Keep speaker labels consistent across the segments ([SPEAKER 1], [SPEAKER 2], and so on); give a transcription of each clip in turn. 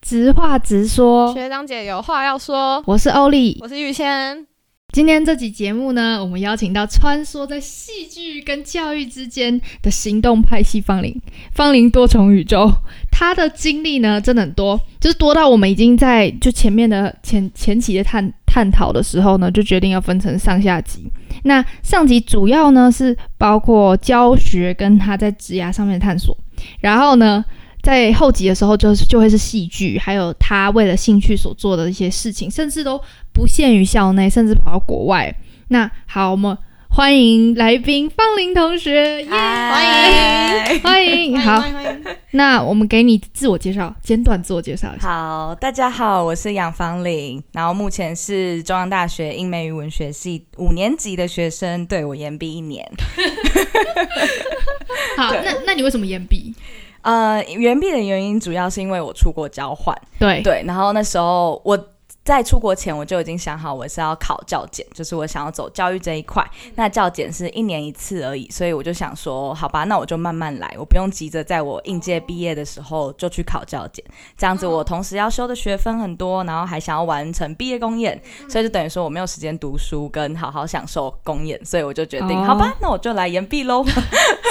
[SPEAKER 1] 直话直说，
[SPEAKER 2] 学长姐有话要说，
[SPEAKER 1] 我是欧丽。
[SPEAKER 2] 我是玉谦。
[SPEAKER 1] 今天这集节目呢，我们邀请到穿梭在戏剧跟教育之间的行动派系方玲，方玲多重宇宙，她的经历呢真的很多，就是多到我们已经在就前面的前前期的探探讨的时候呢，就决定要分成上下集。那上集主要呢是包括教学跟她在职涯上面的探索，然后呢。在后集的时候就，是就会是戏剧，还有她为了兴趣所做的一些事情，甚至都不限于校内，甚至跑到国外。那好，我们欢迎来宾方林同学，耶
[SPEAKER 2] 嗨
[SPEAKER 1] 欢迎。好，
[SPEAKER 2] 欢迎，
[SPEAKER 1] 那我们给你自我介绍，简短自我介绍一下。
[SPEAKER 3] 好，大家好，我是杨芳玲，然后目前是中央大学英美语文学系五年级的学生，对我延毕一年。
[SPEAKER 1] 好，那那你为什么延毕？
[SPEAKER 3] 呃，延毕的原因主要是因为我出国交换，
[SPEAKER 1] 对，
[SPEAKER 3] 对，然后那时候我。在出国前，我就已经想好我是要考教检，就是我想要走教育这一块。
[SPEAKER 1] 嗯
[SPEAKER 3] 那教检是一年一次而已，所以我就想说，好吧，那我就慢慢来，我不用急着在我应届毕业的时候就去考教检。
[SPEAKER 1] 哦
[SPEAKER 3] 这样子，我同时要修的学分很多，然后还想要完成毕业公演，
[SPEAKER 1] 嗯
[SPEAKER 3] 所以就等于说我没有时间读书跟好好享受公演，所以我就决定，
[SPEAKER 1] 哦
[SPEAKER 3] 好吧，那我就来延毕喽。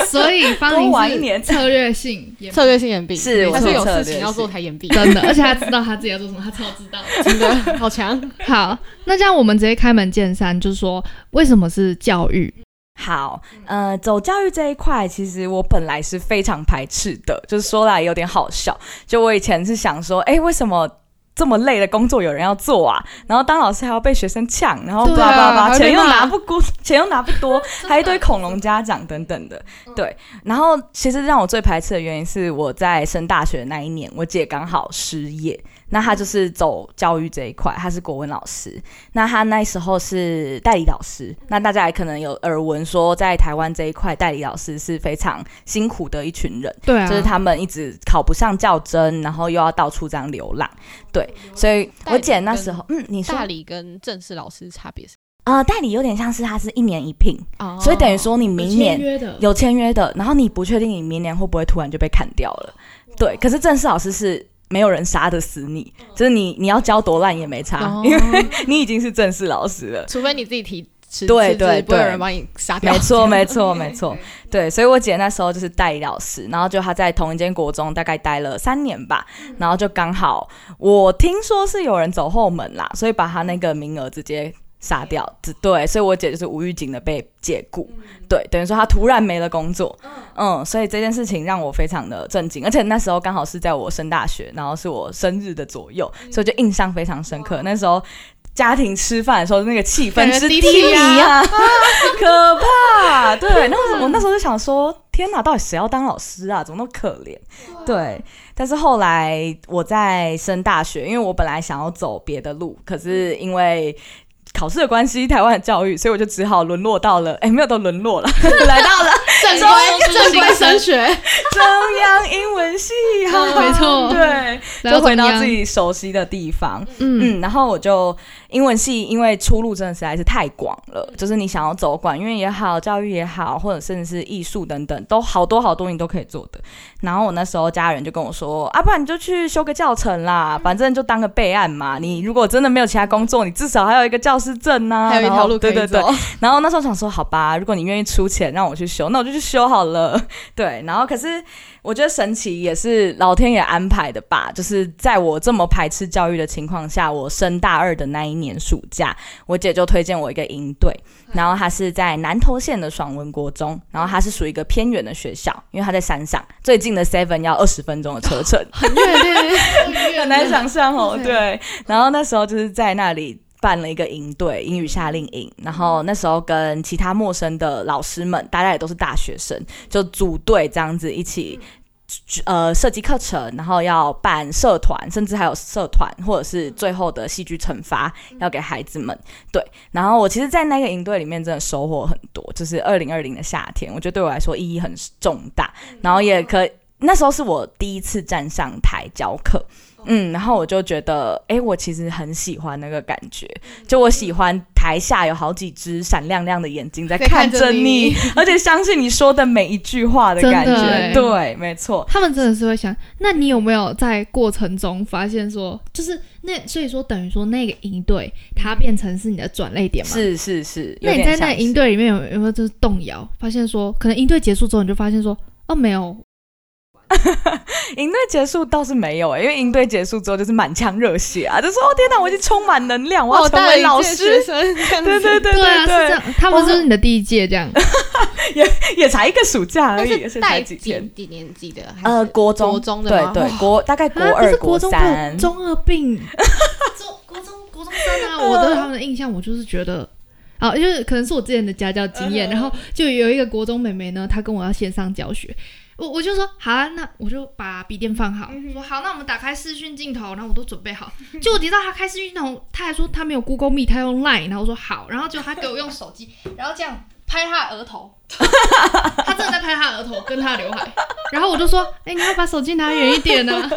[SPEAKER 1] 所以方
[SPEAKER 3] 多玩一
[SPEAKER 1] 林是
[SPEAKER 3] 年
[SPEAKER 1] 策略性延毕，
[SPEAKER 2] 策略性岩壁
[SPEAKER 3] 是
[SPEAKER 2] 还
[SPEAKER 3] 我
[SPEAKER 2] 是
[SPEAKER 3] 是
[SPEAKER 2] 有
[SPEAKER 3] 有
[SPEAKER 2] 事
[SPEAKER 3] 事
[SPEAKER 2] 情
[SPEAKER 3] 情
[SPEAKER 2] 要
[SPEAKER 3] 要
[SPEAKER 2] 做
[SPEAKER 3] 做
[SPEAKER 2] 才岩壁，
[SPEAKER 1] 真的，而且他知道他自己要做什么，他超知道。
[SPEAKER 2] 真的好强。
[SPEAKER 1] 好，那这样我们直接开门见山，就说为什么是教育？
[SPEAKER 3] 好，
[SPEAKER 1] 嗯
[SPEAKER 3] 呃，走教育这一块，其实我本来是非常排斥的，就是说来有点好笑。就我以前是想说，哎，为什么这么累的工作有人要做啊？然后当老师还要被学生呛，然后
[SPEAKER 1] 对啊
[SPEAKER 3] 叭叭
[SPEAKER 1] 还
[SPEAKER 3] 叭，
[SPEAKER 1] 会被
[SPEAKER 3] 钱又
[SPEAKER 1] 骂
[SPEAKER 3] 拿不够，钱又拿不 多，还一堆恐龙家长等等的。
[SPEAKER 1] 嗯
[SPEAKER 3] 对，然后其实让我最排斥的原因是，我在升大学那一年，我姐刚好失业，那她就是走教育这一块，她是国文老师，那他那时候是代理老师，那大家也可能有耳闻说，在台湾这一块，代理老师是非常辛苦的一群人，
[SPEAKER 2] 嗯
[SPEAKER 1] 对啊，
[SPEAKER 3] 就是他们一直考不上较真，然后又要到处这样流浪，对，所以我姐那时候，嗯，你说
[SPEAKER 2] 大嗯理跟正式老师差别是，
[SPEAKER 3] 呃，代理有点像是他是一年一聘，
[SPEAKER 2] 哦
[SPEAKER 3] 所以等于说你明年
[SPEAKER 1] 有签约的
[SPEAKER 3] 有签约的，然后你不确定你明年会不会突然就被砍掉了。对，可是正式老师是没有人杀得死你，就是你你要教多烂也没差
[SPEAKER 2] 哦，
[SPEAKER 3] 因为 你已经是正式老师了。
[SPEAKER 2] 除非你自己提辞
[SPEAKER 3] 对
[SPEAKER 2] 辞职
[SPEAKER 3] 对
[SPEAKER 2] 不会有
[SPEAKER 3] 对
[SPEAKER 2] 人帮你杀掉。
[SPEAKER 3] 没错，没错，没错。对，所以我姐那时候就是代理老师，然后就她在同一间国中大概待了三年吧，然后就刚好我听说是有人走后门啦，所以把她那个名额直接杀掉。只对，所以我姐就是无预警的被解雇，对，等于说她突然没了工作。嗯，所以这件事情让我非常的震惊，而且那时候刚好是在我升大学，然后是我生日的左右，所以就印象非常深刻。那时候。家庭吃饭的时候，那个气氛
[SPEAKER 2] 感觉
[SPEAKER 3] 之
[SPEAKER 2] 低
[SPEAKER 3] 嗯低
[SPEAKER 2] 气
[SPEAKER 3] 迷
[SPEAKER 2] 压
[SPEAKER 3] 啊， 嗯可怕。对，那我我那时候就想说，天哪，到底谁要当老师啊？怎么那么可怜？对，但是后来我在升大学，因为我本来想要走别的路，可是因为。考试的关系，台湾的教育，所以我就只好沦落到了，哎、没有都沦 落了，来到了
[SPEAKER 2] 正规正规升学，
[SPEAKER 3] 中央英文系，哈
[SPEAKER 1] 哦
[SPEAKER 3] 哈
[SPEAKER 1] 没错
[SPEAKER 3] 对，
[SPEAKER 1] 来
[SPEAKER 3] 就
[SPEAKER 1] 中
[SPEAKER 3] 啊回到
[SPEAKER 1] 央
[SPEAKER 3] 自，己熟悉的地方。
[SPEAKER 1] 嗯，
[SPEAKER 3] 嗯，然后我就英文系，因为出路真的实在是太广了，就是你想要走管乐也好，教育也好，或者甚至是艺术等等，都好多好多你都可以做的。然后我那时候家人就跟我说，啊，不然你就去修个教程啦，
[SPEAKER 2] 嗯
[SPEAKER 3] 反正就当个备案嘛。你如果真的没有其他工作，你至少还有一个教师证呐、
[SPEAKER 2] 还有一
[SPEAKER 3] 然
[SPEAKER 2] 条
[SPEAKER 3] 后
[SPEAKER 2] 路可
[SPEAKER 3] 对
[SPEAKER 2] 以
[SPEAKER 3] 对对
[SPEAKER 2] 走。。
[SPEAKER 3] 然后那时候想说，好吧，如果你愿意出钱让我去修，那我就去修好了。 对，然后可是我觉得神奇也是老天爷安排的吧，就是在我这么排斥教育的情况下，我升大二的那一年暑假，我姐就推荐我一个营队，然后她是在南投县的爽文国中，然后她是属于一个偏远的学校，因为她在山上，最近的 Seven 要二十分钟的车程，
[SPEAKER 2] 很远对，
[SPEAKER 3] 很难想象哦
[SPEAKER 1] 对。
[SPEAKER 3] 对，然后那时候就是在那里。办了一个营队，英语夏令营，然后那时候跟其他陌生的老师们，大家也都是大学生，就组队这样子一起，呃，设计课程，然后要办社团，甚至还有社团或者是最后的戏剧惩罚要给孩子们。对，然后我其实，在那个营队里面真的收获很多，就是二零二零的夏天，我觉得对我来说意义很重大，然后也可那时候是我第一次站上台教课，嗯，然后我就觉得，哎、我其实很喜欢那个感觉，就我喜欢台下有好几只闪亮亮的眼睛在
[SPEAKER 2] 在看
[SPEAKER 3] 看着
[SPEAKER 2] 着你
[SPEAKER 3] 你， 而且相信你说的每一句话的
[SPEAKER 1] 真的
[SPEAKER 3] 感觉
[SPEAKER 1] 欸，
[SPEAKER 3] 对，没错，
[SPEAKER 1] 他们真的是会想，那你有没有在过程中发现说，就是那所以说等于说那个营队它变成是你的转泪点嘛？。
[SPEAKER 3] 是是是，
[SPEAKER 1] 那
[SPEAKER 3] 有
[SPEAKER 1] 你
[SPEAKER 3] 点
[SPEAKER 1] 在那
[SPEAKER 3] 像
[SPEAKER 1] 个营
[SPEAKER 3] 是
[SPEAKER 1] 队里面有有没有就是动摇？发现说可能营队结束之后你就发现说哦没有，
[SPEAKER 3] 营队结束倒是没有、欸，因为营队结束之后就是满腔热血啊，就说哦天哪，我已经充满能量，我要
[SPEAKER 2] 我
[SPEAKER 3] 成
[SPEAKER 2] 带
[SPEAKER 3] 为
[SPEAKER 2] 了
[SPEAKER 3] 老
[SPEAKER 2] 一届学
[SPEAKER 3] 师。
[SPEAKER 2] 生哦这样子，
[SPEAKER 3] 对对对
[SPEAKER 1] 啊，
[SPEAKER 3] 对
[SPEAKER 1] 是这样，他们是不是你的第一届这样？
[SPEAKER 3] 也才一个暑假而
[SPEAKER 2] 那
[SPEAKER 3] 已，而且
[SPEAKER 2] 是
[SPEAKER 3] 才
[SPEAKER 2] 带
[SPEAKER 3] 几
[SPEAKER 2] 几
[SPEAKER 3] 天。
[SPEAKER 2] 几年级的？还
[SPEAKER 3] 呃，
[SPEAKER 2] 是
[SPEAKER 3] 国中，
[SPEAKER 2] 国中的
[SPEAKER 3] 对
[SPEAKER 2] 吗
[SPEAKER 3] 对，国大概国
[SPEAKER 1] 啊，可
[SPEAKER 3] 二、
[SPEAKER 1] 是国中都
[SPEAKER 3] 三
[SPEAKER 1] 有， 中二病，中国中国中生啊，我对他们的印象，我就是觉得。啊，因为可能是我之前的家教经
[SPEAKER 3] 嗯
[SPEAKER 1] 验，然后就有一个国中妹妹呢，她跟我要线上教学，我我就说好、啊，那我就把笔电放
[SPEAKER 3] 嗯
[SPEAKER 1] 好，说好，那我们打开视讯镜头，然后我都准备好。结果提到她开视讯镜头，她还说她没有 Google Meet，她用 Line，然后我说好，然后就她给我用手机，然后这样拍她的额头， 她真的在拍她的额头跟她的刘海，然后我就说，哎、你要把手机拿远一点啊呢、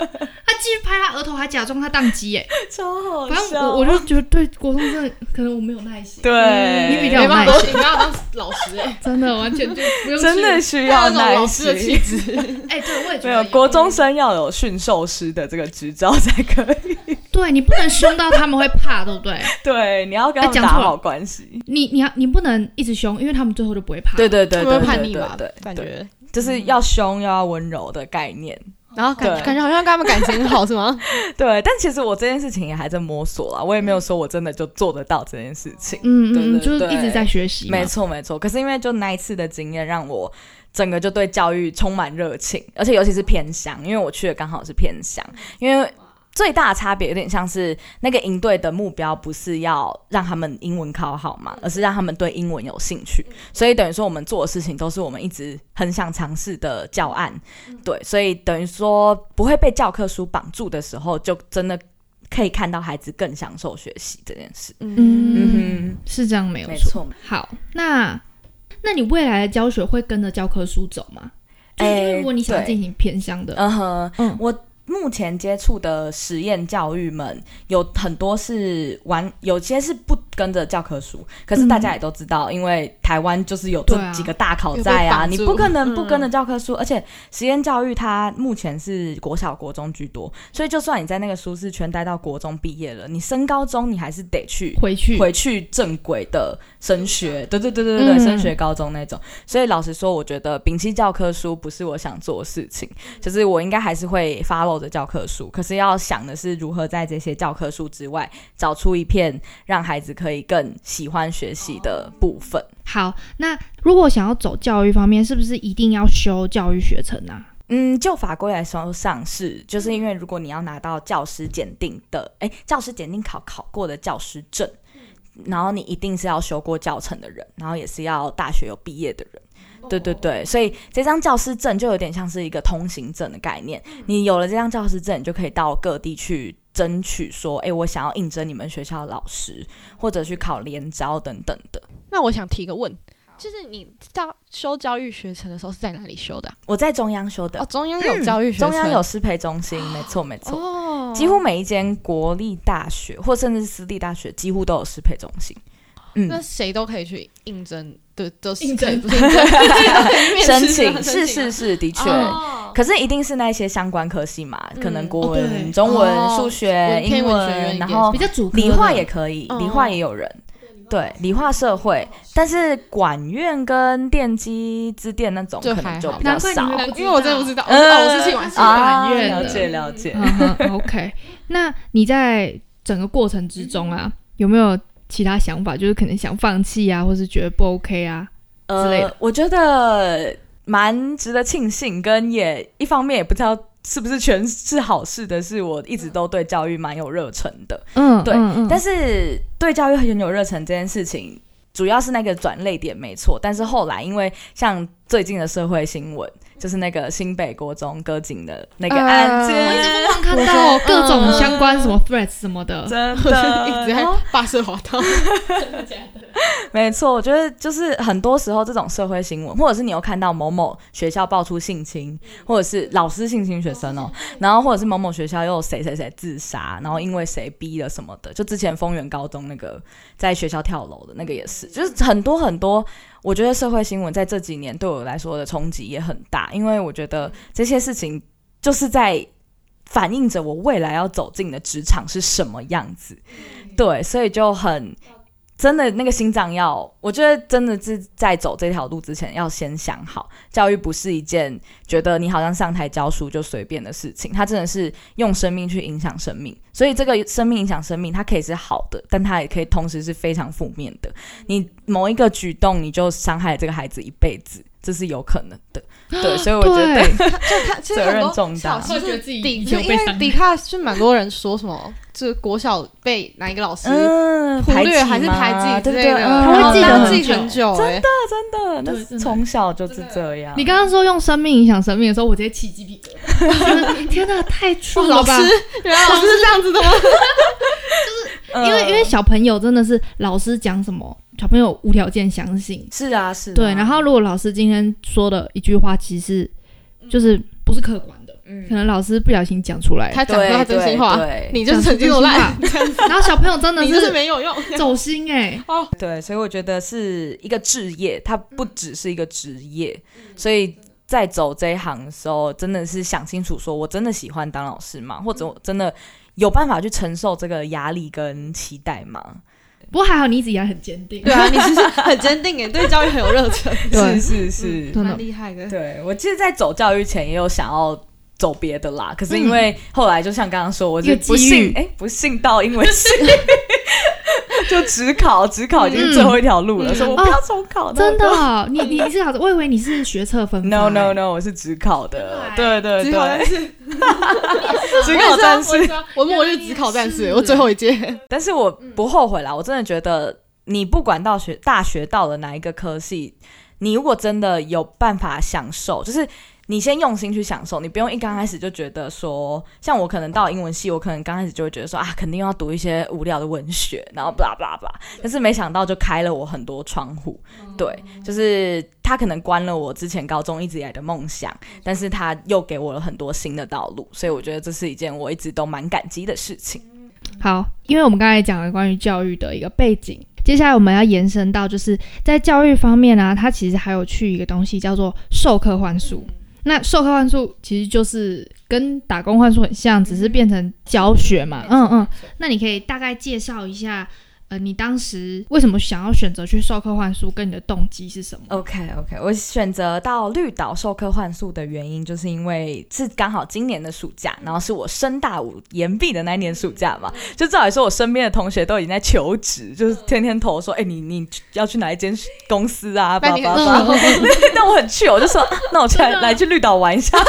[SPEAKER 1] 他继续拍他额头，还假装他宕机哎。
[SPEAKER 3] 超好
[SPEAKER 1] 反正我我就觉得对国中生可能我没有耐心，
[SPEAKER 3] 对，
[SPEAKER 1] 你比较
[SPEAKER 2] 没
[SPEAKER 1] 有
[SPEAKER 2] 办
[SPEAKER 1] 耐
[SPEAKER 2] 法，
[SPEAKER 1] 心，
[SPEAKER 2] 你没办法当老师哎，
[SPEAKER 1] 真的完全就不用去
[SPEAKER 3] 真的需
[SPEAKER 2] 要
[SPEAKER 3] 要
[SPEAKER 2] 有那种
[SPEAKER 3] 耐
[SPEAKER 2] 老师的气
[SPEAKER 3] 心。
[SPEAKER 2] 质。
[SPEAKER 1] 哎、对，我也觉
[SPEAKER 3] 没
[SPEAKER 1] 得
[SPEAKER 3] 有国中生要有驯兽师的这个执照才可以，
[SPEAKER 1] 对你不能凶到他们会怕，对不对？
[SPEAKER 3] 对，你要跟
[SPEAKER 1] 哎
[SPEAKER 3] 他们
[SPEAKER 1] 讲
[SPEAKER 3] 打
[SPEAKER 1] 错了
[SPEAKER 3] 好关系。
[SPEAKER 1] 你你要你不能一直凶，因为他们最后就不会怕。
[SPEAKER 3] 对对对，
[SPEAKER 2] 会不会
[SPEAKER 3] 对
[SPEAKER 2] 叛
[SPEAKER 3] 对
[SPEAKER 2] 逆
[SPEAKER 3] 对
[SPEAKER 2] 吧
[SPEAKER 3] 对，
[SPEAKER 2] 感
[SPEAKER 3] 对
[SPEAKER 2] 觉，
[SPEAKER 3] 就是要凶又要温柔的概念。
[SPEAKER 2] 然后感
[SPEAKER 3] 对
[SPEAKER 2] 感觉好像跟他们感情很好是吗？
[SPEAKER 3] 对，但其实我这件事情也还在摸索啦，我也没有说我真的就做得到这件事情。
[SPEAKER 1] 嗯，嗯嗯，
[SPEAKER 3] 对对
[SPEAKER 1] 就是
[SPEAKER 3] 对
[SPEAKER 1] 一直在学习嘛。
[SPEAKER 3] 没错，没错。可是因为就那一次的经验，让我整个就对教育充满热情，而且尤其是偏乡，因为我去的刚好是偏乡，因为。最大的差别有点像是那个营队的目标不是要让他们英文考好嘛，而是让他们对英文有兴趣。所以等于说我们做的事情都是我们一直很想尝试的教案，对，所以等于说不会被教科书绑住的时候，就真的可以看到孩子更享受学习这件事。
[SPEAKER 1] 嗯，
[SPEAKER 3] 嗯
[SPEAKER 1] 是这样没
[SPEAKER 3] 哼，
[SPEAKER 1] 有
[SPEAKER 3] 没
[SPEAKER 1] 错。
[SPEAKER 3] 错，
[SPEAKER 1] 好，那那你未来的教学会跟着教科书走吗？就是因为
[SPEAKER 3] 哎
[SPEAKER 1] 如果你想
[SPEAKER 3] 对
[SPEAKER 1] 进行偏向的，
[SPEAKER 3] 嗯哼，
[SPEAKER 1] 嗯
[SPEAKER 3] 我目前接触的实验教育们有很多是玩，有些是不跟着教科书，可是大家也都知道，因为台湾就是有这
[SPEAKER 1] 对啊
[SPEAKER 3] 几个大考在啊，
[SPEAKER 2] 有被绑
[SPEAKER 1] 嗯
[SPEAKER 3] 你
[SPEAKER 2] 住
[SPEAKER 3] 不可能不跟着教科书，而且实验教育它目前是国小国中居多，所以就算你在那个舒适圈待到国中毕业了，你升高中你还是得去
[SPEAKER 1] 回去
[SPEAKER 3] 回去正轨的升学，对对对对对对，
[SPEAKER 1] 嗯
[SPEAKER 3] 升学高中那种。所以老实说，我觉得摒弃教科书不是我想做的事情，就是我应该还是会 follow 着教科书，可是要想的是如何在这些教科书之外找出一片让孩子可以更喜欢学习的部分。
[SPEAKER 1] 好，那如果想要走教育方面，是不是一定要修教育学程啊？
[SPEAKER 3] 嗯，就法规来说上是，就是
[SPEAKER 2] 嗯
[SPEAKER 3] 因为如果你要拿到教师检定的，诶，教师检定考考过的教师证，
[SPEAKER 2] 嗯
[SPEAKER 3] 然后你一定是要修过教程的人，然后也是要大学有毕业的人。
[SPEAKER 2] 哦
[SPEAKER 3] 对对对，所以这张教师证就有点像是一个通行证的概念。
[SPEAKER 2] 嗯
[SPEAKER 3] 你有了这张教师证，你就可以到各地去争取说，诶，我想要应征你们学校的老师，
[SPEAKER 2] 嗯
[SPEAKER 3] 或者去考联招等等的。
[SPEAKER 2] 那我想提个问，就是你教修教育学程的时候是在哪里修的啊？
[SPEAKER 3] 我在中央修的，
[SPEAKER 4] 啊
[SPEAKER 2] 哦，中央有教育学程，
[SPEAKER 3] 中央有师培中心，没错没错。
[SPEAKER 2] 哦，
[SPEAKER 4] 嗯
[SPEAKER 3] 几乎每一间国立大学或甚至是私立大学，几乎都有师培中心。
[SPEAKER 2] 那
[SPEAKER 3] 嗯，
[SPEAKER 2] 谁都可以去应征，对， 都是
[SPEAKER 1] 应征
[SPEAKER 2] 可以应征
[SPEAKER 3] 申
[SPEAKER 4] 啊
[SPEAKER 3] 请是是是，的确。
[SPEAKER 2] 啊哦
[SPEAKER 3] 可是一定是那些相关科系嘛，
[SPEAKER 2] 嗯
[SPEAKER 3] 可能国
[SPEAKER 1] 哦
[SPEAKER 3] 文、
[SPEAKER 1] 对
[SPEAKER 3] 中文、
[SPEAKER 2] 哦
[SPEAKER 3] 数学、
[SPEAKER 2] 文
[SPEAKER 3] 英
[SPEAKER 2] 天文学院也
[SPEAKER 3] 然后
[SPEAKER 1] 比较主科
[SPEAKER 3] 哦理化也
[SPEAKER 1] 的
[SPEAKER 3] 可以，
[SPEAKER 2] 嗯
[SPEAKER 3] 理化也有人。对，理化社会，但是管院跟电机、资电那种
[SPEAKER 2] 就
[SPEAKER 3] 可能
[SPEAKER 2] 还
[SPEAKER 3] 就
[SPEAKER 2] 好
[SPEAKER 3] 比较
[SPEAKER 1] 难怪你
[SPEAKER 3] 少
[SPEAKER 1] 们
[SPEAKER 2] 因为我真的不知道，
[SPEAKER 4] 呃
[SPEAKER 3] 嗯
[SPEAKER 2] 哦，我是去玩社团
[SPEAKER 3] 啊。
[SPEAKER 1] 管院
[SPEAKER 3] 了
[SPEAKER 1] 的
[SPEAKER 3] 解了解。
[SPEAKER 1] 嗯哼 OK，那你在整个过程之中
[SPEAKER 3] 嗯
[SPEAKER 1] 啊，有没有其他想法？就是可能想放弃啊，或是觉得不 OK 啊？之类的
[SPEAKER 3] 我觉得蛮值得庆幸，跟也一方面也不知道是不是全是好事的，是我一直都对教育蛮有热忱的，
[SPEAKER 1] 嗯，
[SPEAKER 3] 对
[SPEAKER 1] 嗯嗯
[SPEAKER 3] 但是对教育很有热忱这件事情。主要是那个转类点没错，但是后来因为像最近的社会新闻，就是那个新北国中歌警的那个案件。
[SPEAKER 1] 呃我一直
[SPEAKER 4] 啊
[SPEAKER 1] 疯狂看到各种相关什么
[SPEAKER 3] 嗯
[SPEAKER 1] threats 什么的，
[SPEAKER 3] 真
[SPEAKER 4] 我就一
[SPEAKER 3] 的，
[SPEAKER 4] 直在
[SPEAKER 3] 然后
[SPEAKER 4] 发射滑道，
[SPEAKER 1] 真的假的？
[SPEAKER 3] 没错，我觉得就是很多时候这种社会新闻，或者是你又看到某某学校爆出性侵，或者是嗯老师性侵学生哦，然后或者是某某学校又有谁谁谁自杀，然后因为谁逼了什么的，就之前丰原高中那个在学校跳楼的那个也是，就是很多很多。我觉得社会新闻在这几年对我来说的冲击也很大，因为我觉得这些事情就是在反映着我未来要走进的职场是什么样子，对，所以就很真的那个心脏要，我觉得真的是在走这条路之前，要先想好，教育不是一件觉得你好像上台教书就随便的事情，它真的是用生命去影响生命。所以这个生命影响生命，它可以是好的，但它也可以同时是非常负面的。你某一个举动，你就伤害这个孩子一辈子，这是有可能的。对，所以我觉得
[SPEAKER 1] 对
[SPEAKER 4] 就 他其实
[SPEAKER 3] 责
[SPEAKER 4] 很
[SPEAKER 3] 任
[SPEAKER 4] 多
[SPEAKER 3] 重
[SPEAKER 4] 小
[SPEAKER 3] 大
[SPEAKER 4] 事
[SPEAKER 1] 会觉得自己
[SPEAKER 4] 底
[SPEAKER 1] 以前
[SPEAKER 4] 因
[SPEAKER 1] 被
[SPEAKER 4] 为
[SPEAKER 1] 伤
[SPEAKER 4] 底下是蛮多人说什么，就是国小被哪一个老师
[SPEAKER 3] 嗯，
[SPEAKER 4] 忽略还是
[SPEAKER 3] 吗
[SPEAKER 4] 排挤
[SPEAKER 3] 对
[SPEAKER 4] 之
[SPEAKER 3] 不
[SPEAKER 4] 类
[SPEAKER 3] 对？
[SPEAKER 4] 的，
[SPEAKER 3] 嗯
[SPEAKER 1] 他会记得
[SPEAKER 4] 然后
[SPEAKER 1] 很
[SPEAKER 4] 记
[SPEAKER 1] 久
[SPEAKER 4] 很久，哎，
[SPEAKER 3] 真的，啊那
[SPEAKER 1] 对真
[SPEAKER 3] 是
[SPEAKER 1] 的
[SPEAKER 3] 从小就是这样。
[SPEAKER 1] 你刚刚说用生命影响生命的时候，我直接起鸡皮疙 瘩。天哪，太
[SPEAKER 4] 哇
[SPEAKER 1] 触了
[SPEAKER 4] 老
[SPEAKER 1] 吧
[SPEAKER 4] 师！，原来老师是这样子的吗？
[SPEAKER 3] 嗯
[SPEAKER 1] 因为因为小朋友真的是老师讲什么，小朋友无条件相信。
[SPEAKER 3] 是啊，是啊
[SPEAKER 1] 对，然后如果老师今天说的一句话，其实
[SPEAKER 4] 嗯
[SPEAKER 1] 就是不是客观的，
[SPEAKER 3] 嗯
[SPEAKER 1] 可能老师不小心讲出来了，
[SPEAKER 4] 他讲出他真心话，
[SPEAKER 3] 对
[SPEAKER 4] 你就是成绩都烂，
[SPEAKER 1] 讲出真心话，然后小朋友真的
[SPEAKER 4] 你就是
[SPEAKER 1] 是
[SPEAKER 4] 没有用。
[SPEAKER 1] 走心哎，
[SPEAKER 3] 对，所以我觉得是一个职业，它不只是一个职业，所以在走这一行的时候，真的是想清楚，说我真的喜欢当老师吗？或者我真的有办法去承受这个压力跟期待吗？
[SPEAKER 1] 不过还好你一直以来很坚定，
[SPEAKER 4] 对 啊，你其实很坚定耶，对教育很有热忱，
[SPEAKER 1] 对
[SPEAKER 3] 是是
[SPEAKER 1] 真的
[SPEAKER 4] 嗯蛮厉害的。
[SPEAKER 3] 对我其实，在走教育前也有想要。走别的啦，可是因为后来就像刚刚说，我
[SPEAKER 1] 一
[SPEAKER 3] 是
[SPEAKER 1] 个
[SPEAKER 3] 不
[SPEAKER 1] 嗯机
[SPEAKER 3] 幸
[SPEAKER 1] 遇
[SPEAKER 3] 哎、不幸到因为是 就只考，只考已经是最后一条路了，
[SPEAKER 4] 嗯
[SPEAKER 3] 说我
[SPEAKER 1] 哦
[SPEAKER 3] 不要重考，那我
[SPEAKER 1] 真
[SPEAKER 3] 不
[SPEAKER 1] 的哦，你你是好，我以为你是学测分发
[SPEAKER 3] No
[SPEAKER 1] 欸
[SPEAKER 3] no no，我是只考的，对 对
[SPEAKER 4] 只考战
[SPEAKER 3] 对，
[SPEAKER 4] 士，
[SPEAKER 3] 只考战
[SPEAKER 4] 我也
[SPEAKER 3] 士
[SPEAKER 4] 是。啊，我末日只考战
[SPEAKER 1] 原来
[SPEAKER 4] 士，
[SPEAKER 1] 你是
[SPEAKER 4] 我最后一 届。
[SPEAKER 3] 但是我不后悔啦，我真的觉得你不管到学大学到了哪一个科系，你如果真的有办法享受，就是。你先用心去享受，你不用一刚开始就觉得说，像我可能到英文系，我可能刚开始就会觉得说啊，肯定要读一些无聊的文学，然后 blah blah blah，但是没想到就开了我很多窗户，对，就是他可能关了我之前高中一直以来的梦想，但是他又给我了很多新的道路，所以我觉得这是一件我一直都蛮感激的事情。
[SPEAKER 1] 好，因为我们刚才讲了关于教育的一个背景，接下来我们要延伸到就是在教育方面啊，它其实还有去一个东西叫做授课换术。那授课换术其实就是跟打工换术很像，只是变成教学嘛。嗯嗯。那你可以大概介绍一下，呃，你当时为什么想要选择去授课换术，跟你的动机是 什么？
[SPEAKER 3] OK OK，我选择到绿岛授课换宿的原因，就是因为是刚好今年的暑假，然后是我升大五延毕的那一年暑假
[SPEAKER 4] 嗯
[SPEAKER 3] 嘛，就照理说，我身边的同学都已经在求职，就是天天投说，哎、你你要去哪一间公司啊？
[SPEAKER 4] 那
[SPEAKER 3] 叭
[SPEAKER 4] 你嗯
[SPEAKER 3] 叭
[SPEAKER 4] 很
[SPEAKER 3] 叭。但我很去，我就说，啊那我去来来去绿岛玩一下，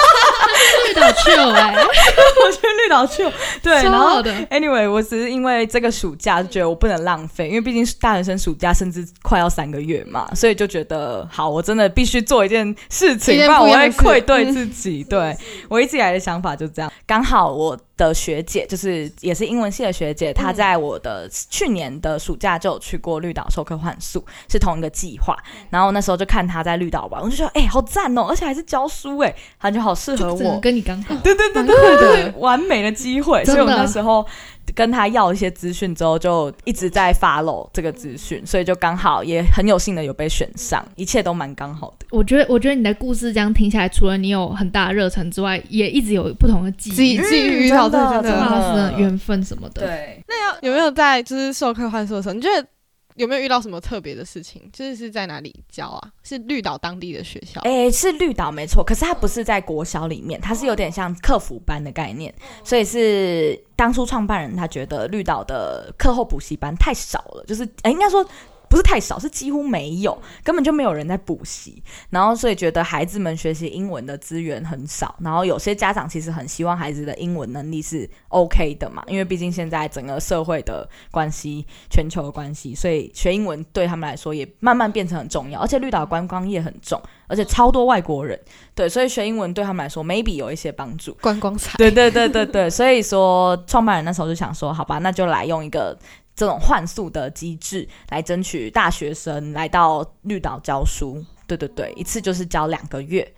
[SPEAKER 1] 对的，去了哎，
[SPEAKER 3] 我去绿岛去。对，
[SPEAKER 1] 超
[SPEAKER 3] 然后
[SPEAKER 1] 好 的，
[SPEAKER 3] Anyway，我只是因为这个暑假就觉得我不能浪费，因为毕竟是大学生暑假甚至快要三个月嘛，所以就觉得好，我真的必须做一件事情，
[SPEAKER 4] 一
[SPEAKER 3] 不
[SPEAKER 4] 件
[SPEAKER 3] 然
[SPEAKER 4] 不一
[SPEAKER 3] 我
[SPEAKER 4] 样的
[SPEAKER 3] 会
[SPEAKER 4] 事嗯
[SPEAKER 3] 愧对自己。对我一直以来的想法就这样。刚好我的学姐就是也是英文系的学姐，她
[SPEAKER 4] 嗯
[SPEAKER 3] 在我的去年的暑假就有去过绿岛授课换宿，是同一个计划。
[SPEAKER 4] 嗯
[SPEAKER 3] 然后那时候就看她在绿岛玩，我就觉得哎、好赞哦，而且还是教书哎、她就好适合
[SPEAKER 1] 就只能
[SPEAKER 3] 我。
[SPEAKER 1] 跟你刚好。
[SPEAKER 3] 对对对
[SPEAKER 1] 蛮
[SPEAKER 3] 对
[SPEAKER 1] 酷的
[SPEAKER 3] 对，完美的机会。
[SPEAKER 1] 真
[SPEAKER 3] 所以
[SPEAKER 1] 的
[SPEAKER 3] 我那时候跟他要一些资讯之后，就一直在 follow 这个资讯，所以就刚好也很有幸的有被选上，一切都蛮刚好的。
[SPEAKER 1] 我觉得，我觉得你的故事这样听下来，除了你有很大的热忱之外，也一直有不同的记
[SPEAKER 4] 自己
[SPEAKER 1] 忆，
[SPEAKER 4] 自己遇到
[SPEAKER 3] 真的
[SPEAKER 4] 真
[SPEAKER 1] 跟
[SPEAKER 3] 真
[SPEAKER 4] 的。
[SPEAKER 1] 老师的缘分什么的。
[SPEAKER 3] 对，
[SPEAKER 4] 那要 有没有在就是授课换宿的时候，你觉得有没有遇到什么特别的事情？就是是在哪里教啊？是绿岛当地的学校？
[SPEAKER 3] 诶，哎是绿岛没错，可是它不是在国小里面，它是有点像客服班的概念，所以是当初创办人他觉得绿岛的课后补习班太少了，就是诶，应该说。不是太少，是几乎没有，根本就没有人在补习。然后所以觉得孩子们学习英文的资源很少。然后有些家长其实很希望孩子的英文能力是 OK 的嘛，因为毕竟现在整个社会的关系、全球的关系，所以学英文对他们来说也慢慢变成很重要。而且绿岛观光业很重，而且超多外国人，对，所以学英文对他们来说 maybe 有一些帮助。
[SPEAKER 4] 观光彩。
[SPEAKER 3] 对对对对 对，所以说创办人那时候就想说，好吧，那就来用一个这种换宿的机制来争取大学生来到绿岛教书。对对对，一次就是教两个月，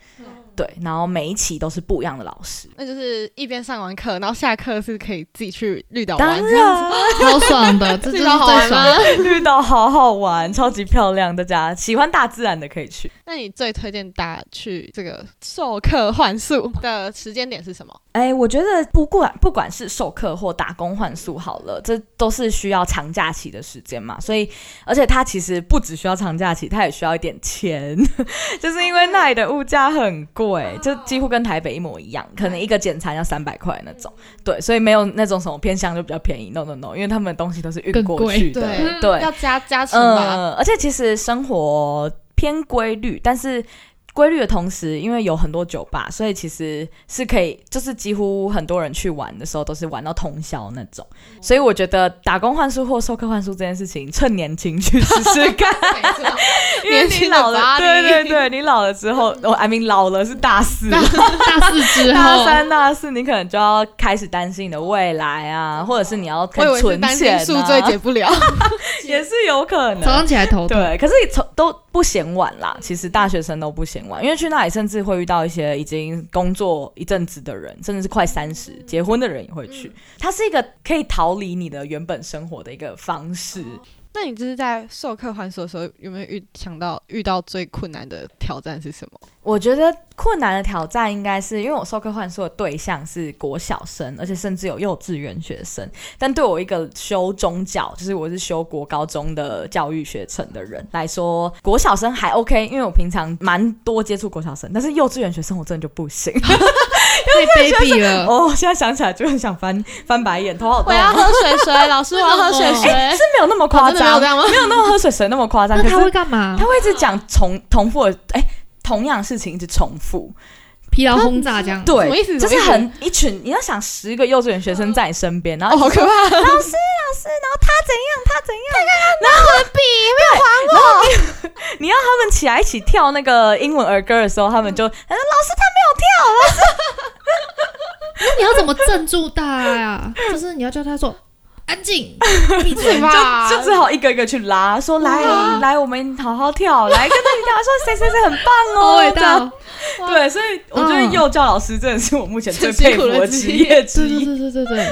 [SPEAKER 3] 对，然后每一期都是不一样的老师。
[SPEAKER 4] 那就是一边上完课，然后下课是可以自己去绿岛
[SPEAKER 3] 当
[SPEAKER 4] 玩，这样
[SPEAKER 3] 然，
[SPEAKER 1] 超爽的，这就是
[SPEAKER 4] 这个好
[SPEAKER 1] 最
[SPEAKER 4] 玩
[SPEAKER 1] 爽
[SPEAKER 4] 吗
[SPEAKER 1] 的。
[SPEAKER 3] 绿岛好好玩，超级漂亮，大家喜欢大自然的可以去。
[SPEAKER 4] 那你最推荐大家去这个授课换宿的时间点是什么？
[SPEAKER 3] 哎，我觉得不管不管是授课或打工换宿好了，这都是需要长假期的时间嘛。所以，而且它其实不只需要长假期，它也需要一点钱， 就是因为那里的物价很贵，就几乎跟台北一模一样，可能一个简餐要三百块那种。对，所以没有那种什么偏乡就比较便宜，no no no，因为他们的东西都是运
[SPEAKER 1] 更
[SPEAKER 3] 过
[SPEAKER 1] 贵
[SPEAKER 3] 去的，
[SPEAKER 4] 对嗯
[SPEAKER 3] 对，
[SPEAKER 4] 要加加成吧。
[SPEAKER 3] 嗯，而且其实生活偏规律，但是规律的同时，因为有很多酒吧，所以其实是可以，就是几乎很多人去玩的时候都是玩到通宵那种。
[SPEAKER 4] 嗯
[SPEAKER 3] 所以我觉得打工换宿或授课换宿这件事情，趁年轻去试试看， 因为
[SPEAKER 4] 年
[SPEAKER 3] 你
[SPEAKER 4] 轻的
[SPEAKER 3] 老了，
[SPEAKER 4] 巴黎
[SPEAKER 3] 对对对，你老了之 后，我、I mean 老了是大四，
[SPEAKER 1] 大四之
[SPEAKER 3] 大
[SPEAKER 1] 后，
[SPEAKER 3] 三、大四，你可能就要开始担心你的未来 啊，或者是你要开
[SPEAKER 4] 我以
[SPEAKER 3] 始
[SPEAKER 4] 为是
[SPEAKER 3] 存
[SPEAKER 4] 担心
[SPEAKER 3] 钱、啊，
[SPEAKER 4] 宿醉解不了，
[SPEAKER 3] 也是有可能。
[SPEAKER 1] 早上起来头痛。
[SPEAKER 3] 对，可是也从都不嫌晚啦。其实大学生都不嫌晚，因为去那里甚至会遇到一些已经工作一阵子的人，甚至是快三十结婚的人也会
[SPEAKER 1] 嗯
[SPEAKER 3] 去。它是一个可以逃离你的原本生活的一个方式。
[SPEAKER 4] 那你就是在授课还手的时候，有没有遇想到遇到最困难的挑战是什么？
[SPEAKER 3] 我觉得困难的挑战应该是，因为我授课换宿的对象是国小生，而且甚至有幼稚园学生。但对我一个修中教，就是我是修国高中的教育学程的人来说，国小生还 OK，因为我平常蛮多接触国小生，但是幼稚园学生我真的就 不行。
[SPEAKER 1] 太卑鄙 了。
[SPEAKER 3] 哦，现在想起来就很想翻翻白眼，头好痛。
[SPEAKER 2] 喝水 水，老师我要喝水水。
[SPEAKER 3] 是没有那么夸
[SPEAKER 4] 哦真的没有
[SPEAKER 3] 张，
[SPEAKER 4] 这样吗？
[SPEAKER 3] 没有那么喝水水那么夸张，
[SPEAKER 1] 那
[SPEAKER 3] 可是
[SPEAKER 1] 他会干嘛
[SPEAKER 3] 他？会一直讲重重复的，哎、同样事情一直重复，
[SPEAKER 1] 疲劳轰炸这样。
[SPEAKER 3] 对，
[SPEAKER 4] 什么意思
[SPEAKER 3] 就
[SPEAKER 4] 什
[SPEAKER 3] 是
[SPEAKER 4] 么意思
[SPEAKER 3] 很一群，你要想十个幼稚园学生在你身边，然后
[SPEAKER 4] 哦，好可怕！
[SPEAKER 3] 老师，老师，然后他怎样，他怎样， 然后我的笔没有还我。然后你你要他们起来一起跳那个英文儿歌的时候，他们就
[SPEAKER 4] 嗯
[SPEAKER 3] 他说老师他没有跳，
[SPEAKER 1] 那你要怎么镇住他 呀？就是你要叫他说安静，闭嘴吧。
[SPEAKER 4] 吧
[SPEAKER 3] 就只好一个一个去拉，说来
[SPEAKER 4] 啊
[SPEAKER 1] 哇
[SPEAKER 3] 来，我们好好跳，来跟着你跳，说谁谁谁很棒
[SPEAKER 1] 好
[SPEAKER 3] 哦，
[SPEAKER 1] 伟
[SPEAKER 3] 这样
[SPEAKER 1] 大。
[SPEAKER 3] 对，所以我觉得
[SPEAKER 1] 嗯
[SPEAKER 3] 幼教老师真的是我目前最
[SPEAKER 4] 最
[SPEAKER 3] 佩
[SPEAKER 4] 辛苦
[SPEAKER 3] 服
[SPEAKER 4] 的
[SPEAKER 3] 的
[SPEAKER 4] 职
[SPEAKER 3] 职业
[SPEAKER 1] 对
[SPEAKER 3] 之
[SPEAKER 1] 对
[SPEAKER 3] 一。
[SPEAKER 1] 对对对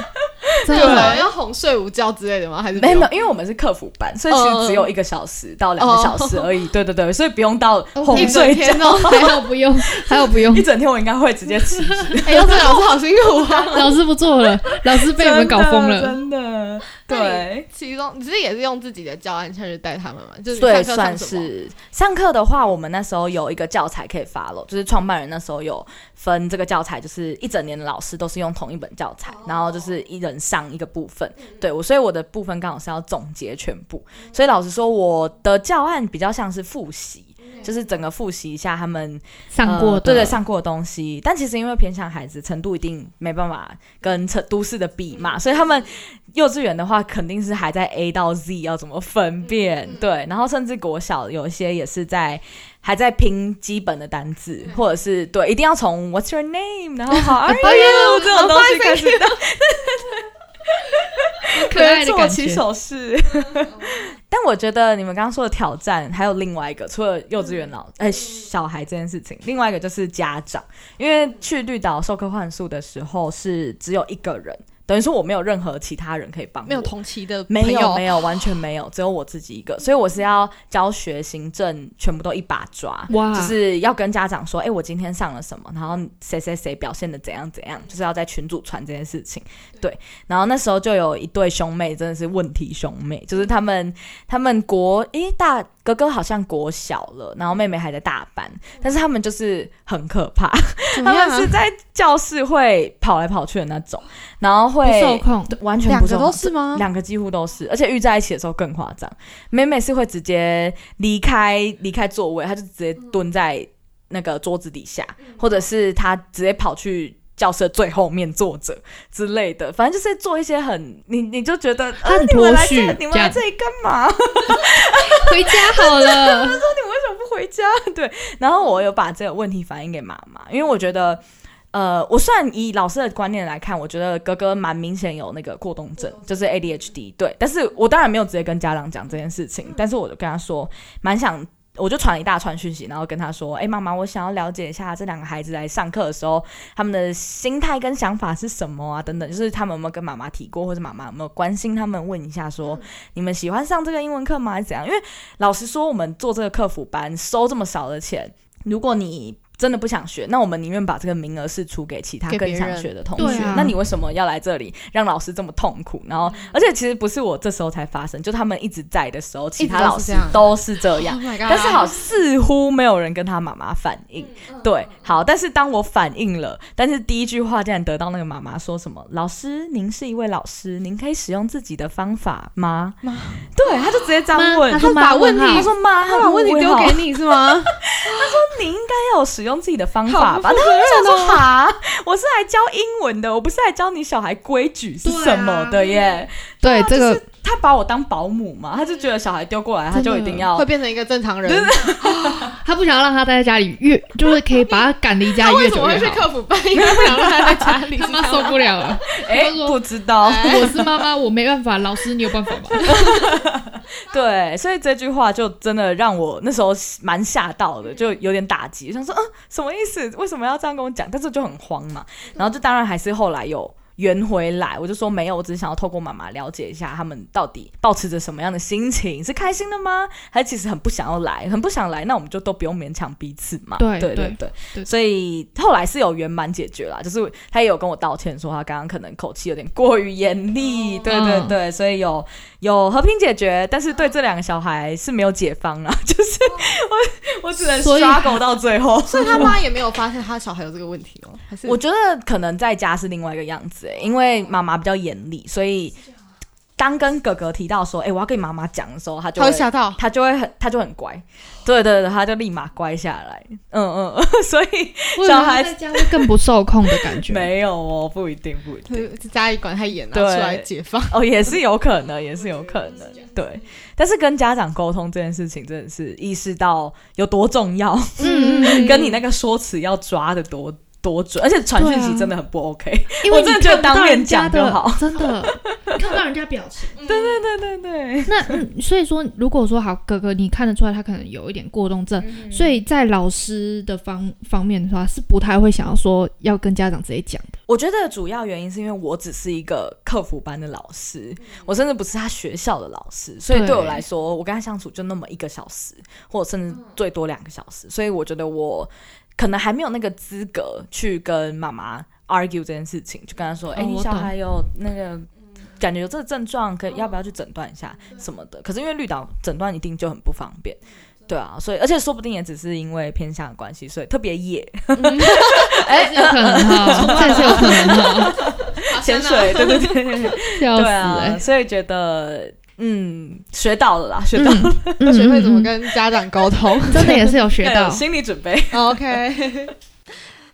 [SPEAKER 1] 对，真
[SPEAKER 4] 对，有
[SPEAKER 1] 的
[SPEAKER 4] 人要哄睡午觉之类的吗？还是不
[SPEAKER 3] 没有
[SPEAKER 4] 用
[SPEAKER 3] 没有，因为我们是客服班，所以其
[SPEAKER 4] 嗯
[SPEAKER 3] 实只有一个小时到两个小时而已。对对对，所以不用到哄
[SPEAKER 4] 一
[SPEAKER 3] 睡
[SPEAKER 4] 整
[SPEAKER 3] 觉
[SPEAKER 4] 天。哦？
[SPEAKER 1] 还好不用，还好不用
[SPEAKER 3] 一。整天我应该会直接 辞职，
[SPEAKER 4] 哎，幼稚园老师好辛苦啊！
[SPEAKER 1] 老师不做了，老师被我们搞疯
[SPEAKER 3] 真
[SPEAKER 1] 了。
[SPEAKER 3] 的真的。对，
[SPEAKER 4] 其中只是也是用自己的教案下去带他们嘛，就是
[SPEAKER 3] 对，
[SPEAKER 4] 上课
[SPEAKER 3] 算
[SPEAKER 4] 上什么
[SPEAKER 3] 是上课的话，我们那时候有一个教材可以发了，就是创办人那时候有分这个教材，就是一整年的老师都是用同一本教材，
[SPEAKER 4] 哦
[SPEAKER 3] 然后就是一人上一个部分。对我，所以我的部分刚好是要总结全部，所以老实说，我的教案比较像是复习。
[SPEAKER 4] 嗯
[SPEAKER 3] 就是整个复习一下他们
[SPEAKER 1] 上
[SPEAKER 3] 呃
[SPEAKER 1] 过的，
[SPEAKER 3] 对对，上过的东西。但其实因为偏向孩子，程度一定没办法跟成都市的比
[SPEAKER 1] 嗯
[SPEAKER 3] 嘛，所以他们幼稚园的话，肯定是还在 A 到 Z 要怎么分辨，
[SPEAKER 1] 嗯
[SPEAKER 3] 对。然后甚至国小有一些也是在还在拼基本的单字，或者是对，一定要从 What's your name，然后 How are you 这种东西开始当
[SPEAKER 1] 可爱的
[SPEAKER 3] 做
[SPEAKER 1] 感
[SPEAKER 3] 起
[SPEAKER 1] 觉。
[SPEAKER 3] 手势。 但我觉得你们刚刚说的挑战，还有另外一个，除了幼稚园老
[SPEAKER 4] 嗯
[SPEAKER 3] 哎、小孩这件事情，另外一个就是家长，因为去绿岛授课换宿的时候是只有一个人，等于说我没有任何其他人可以帮我，
[SPEAKER 4] 没有同期的
[SPEAKER 3] 没
[SPEAKER 4] 朋
[SPEAKER 3] 有
[SPEAKER 4] 友
[SPEAKER 3] 没有完全没有，只有我自己一个，所以我是要教学行政全部都一把抓，
[SPEAKER 1] 哇
[SPEAKER 4] 啊
[SPEAKER 3] 就是要跟家长说，哎、我今天上了什么，然后谁谁谁表现的怎样怎样，就是要在群组传这件事情，对。然后那时候就有一对兄妹，真的是问题兄妹，就是他们他们国诶、大哥哥好像国小了，然后妹妹还在大班，但是他们就是很可怕，
[SPEAKER 4] 怎么
[SPEAKER 3] 他
[SPEAKER 4] 样
[SPEAKER 3] 们
[SPEAKER 4] 啊
[SPEAKER 3] 是在教室会跑来跑去的那种，然后
[SPEAKER 1] 不
[SPEAKER 3] 会
[SPEAKER 1] 受控，
[SPEAKER 3] 对完全
[SPEAKER 4] 两
[SPEAKER 3] 不
[SPEAKER 4] 个
[SPEAKER 3] 受
[SPEAKER 4] 都
[SPEAKER 3] 控
[SPEAKER 4] 是吗？
[SPEAKER 3] 两个几乎都是，而且遇在一起的时候更夸张。美美是会直接离开离开座位，她就直接蹲在那个桌子底下，或者是她直接跑去教室的最后面坐着之类的。反正就是做一些很你你就觉得，
[SPEAKER 1] 她
[SPEAKER 3] 呃，
[SPEAKER 1] 很
[SPEAKER 3] 你们
[SPEAKER 1] 脱
[SPEAKER 3] 来这
[SPEAKER 1] 序
[SPEAKER 3] 你们
[SPEAKER 1] 这
[SPEAKER 3] 来
[SPEAKER 1] 样
[SPEAKER 3] 这里干嘛？
[SPEAKER 1] 回家好了。
[SPEAKER 3] 你为什么不回家？ 对，然后我有把这个问题反映给妈妈，因为我觉得，呃，我虽然以老师的观念来看，我觉得哥哥蛮明显有那个过动症，就是 ADHD，对，但是我当然没有直接跟家长讲这件事情，但是我就跟他说，蛮想。我就传一大串讯息，然后跟他说：“哎、妈妈，我想要了解一下这两个孩子来上课的时候，他们的心态跟想法是什么啊？等等，就是他们有没有跟妈妈提过，或者妈妈有没有关心他们，问一下说你们喜欢上这个英文课吗？还是怎样？因为老实说，我们做这个客服班收这么少的钱，如果你真的不想学，那我们宁愿把这个名额是出给其他
[SPEAKER 4] 给别
[SPEAKER 3] 更
[SPEAKER 4] 人
[SPEAKER 3] 想学的同
[SPEAKER 1] 对
[SPEAKER 3] 学。
[SPEAKER 1] 啊
[SPEAKER 3] 那你为什么要来这里让老师这么痛苦？然后，而且其实不是我这时候才发生，就他们一直在的时候，其他老师都是这样。
[SPEAKER 4] Oh my god！
[SPEAKER 3] 但是好，似乎没有人跟他妈妈反映。对，好，但是当我反映了，但是第一句话竟然得到那个妈妈说什么：“老师，您是一位老师，您可以使用自己的方法吗？”
[SPEAKER 4] 妈
[SPEAKER 3] 对，他就直接这
[SPEAKER 1] 妈
[SPEAKER 3] 样问，
[SPEAKER 1] 他说
[SPEAKER 3] 就
[SPEAKER 1] 妈
[SPEAKER 3] 把问
[SPEAKER 1] 问号
[SPEAKER 3] 题，他说妈，
[SPEAKER 4] 他把问题丢给你是吗？
[SPEAKER 3] 你应该要有使用自己的方法吧？
[SPEAKER 4] 好
[SPEAKER 3] 然
[SPEAKER 4] 不
[SPEAKER 3] 后
[SPEAKER 4] 负责
[SPEAKER 3] 我想
[SPEAKER 4] 任哦
[SPEAKER 3] 说哈，我是来教英文的，我不是来教你小孩规矩是
[SPEAKER 1] 对啊
[SPEAKER 3] 什么的耶。
[SPEAKER 1] 对，哎这
[SPEAKER 3] 就
[SPEAKER 1] 个
[SPEAKER 3] 是他把我当保姆嘛，他就觉得小孩丢过来，他
[SPEAKER 1] 真
[SPEAKER 3] 就
[SPEAKER 1] 的
[SPEAKER 3] 一定要
[SPEAKER 4] 会变成一个正常人。
[SPEAKER 1] 他不想要让他待在家里越，就是可以把他赶离家
[SPEAKER 4] 他
[SPEAKER 1] 越
[SPEAKER 4] 为什
[SPEAKER 1] 久
[SPEAKER 4] 么
[SPEAKER 1] 越
[SPEAKER 4] 会去
[SPEAKER 1] 好。
[SPEAKER 4] 客服班？因为不想让他在家 里。
[SPEAKER 1] 他妈受不了了，
[SPEAKER 3] 哎
[SPEAKER 1] 他说
[SPEAKER 3] 不知道。
[SPEAKER 1] 我是妈妈，我没办法。老师，你有办法吗？
[SPEAKER 3] 对，所以这句话就真的让我那时候蛮吓到
[SPEAKER 1] 嗯
[SPEAKER 3] 的，就有点打击，想说嗯，什么意思？为什么要这样跟我讲？但是就很慌嘛，
[SPEAKER 1] 嗯
[SPEAKER 3] 然后就当然还是后来有。圆回来，我就说没有，我只是想要透过妈妈了解一下他们到底保持着什么样的心情，是开心的吗？还是其实很不想要来，很不想来，那我们就都不用勉强彼此嘛。
[SPEAKER 1] 对
[SPEAKER 3] 对
[SPEAKER 1] 对
[SPEAKER 3] 对
[SPEAKER 1] 对
[SPEAKER 3] 所以后来是有圆满解决啦，就是他也有跟我道歉说他刚刚可能口气有点过于严
[SPEAKER 1] 哦
[SPEAKER 3] 厉，对对
[SPEAKER 1] 嗯
[SPEAKER 3] 对，所以有有和平解决，但是对这两个小孩是没有解放啦， 就是我我 只能
[SPEAKER 1] 所以
[SPEAKER 3] 刷狗到最后。
[SPEAKER 4] 所以他妈也没有发现他小孩有这个问题哦，还是
[SPEAKER 3] 我觉得可能在家是另外一个样子、欸，因为妈妈比较严厉，所以当跟哥哥提到说，哎、我要跟你妈妈讲的时候，他就
[SPEAKER 4] 他
[SPEAKER 3] 会
[SPEAKER 4] 会吓到？
[SPEAKER 3] 他就会很他就很乖，对对对，他就立马乖下来，嗯嗯， 所以
[SPEAKER 1] 我以为
[SPEAKER 3] 小
[SPEAKER 1] 他
[SPEAKER 3] 孩
[SPEAKER 1] 在家会更不受控的感觉。
[SPEAKER 3] 没有哦，不一定不一定。
[SPEAKER 4] 家里管太严了，
[SPEAKER 3] 对
[SPEAKER 4] 出来解放。
[SPEAKER 3] 哦，也是有可能，也是有可能，对。但是跟家长沟通这件事情，真的是意识到有多重要，
[SPEAKER 1] 嗯，嗯嗯，
[SPEAKER 3] 跟你那个说辞要抓的多多准，而且传讯
[SPEAKER 1] 对
[SPEAKER 3] 息
[SPEAKER 1] 啊
[SPEAKER 3] 真的很不 OK。
[SPEAKER 1] 因为
[SPEAKER 3] 我真的觉得当面讲就好
[SPEAKER 1] 你看不到人家的，真的看不到人家表情。
[SPEAKER 3] 对对对对，
[SPEAKER 1] 那嗯，所以说，如果说好哥哥，你看得出来他可能有一点过动症，所以在老师的方方面的话，是不太会想要说要跟家长直接讲的。
[SPEAKER 3] 我觉得主要原因是因为我只是一个客服班的老师，
[SPEAKER 1] 嗯
[SPEAKER 3] 我甚至不是他学校的老师，所以
[SPEAKER 1] 对
[SPEAKER 3] 对我来说，我跟他相处就那么一个小时，或者甚至最多两个小
[SPEAKER 1] 嗯
[SPEAKER 3] 时，所以我觉得我可能还没有那个资格去跟妈妈 argue 这件事情，就跟他说，哎、
[SPEAKER 1] 哦
[SPEAKER 3] 你
[SPEAKER 1] 我
[SPEAKER 3] 小
[SPEAKER 1] 懂嗯
[SPEAKER 3] 孩有那个。感觉有这个症状，可以要不要去诊断一下什么的？可是因为绿岛诊断一定就很不方便，
[SPEAKER 1] 嗯
[SPEAKER 3] 对啊，所以而且说不定也只是因为偏向的关系，所以特别野，
[SPEAKER 1] 哎，有可能 哈，这是有可能哈，啊
[SPEAKER 3] 潜水，对
[SPEAKER 4] 嗯
[SPEAKER 3] 对对对对。
[SPEAKER 1] 笑死
[SPEAKER 3] 对啊，
[SPEAKER 1] 哎！
[SPEAKER 3] 所以觉得嗯，学到了啦，学到了，
[SPEAKER 1] 嗯
[SPEAKER 4] 学啊 会怎么
[SPEAKER 1] 嗯
[SPEAKER 4] 跟家长沟通。
[SPEAKER 1] 嗯真的也是有学
[SPEAKER 3] 要有
[SPEAKER 1] 到，
[SPEAKER 3] 心理准备。
[SPEAKER 4] OK，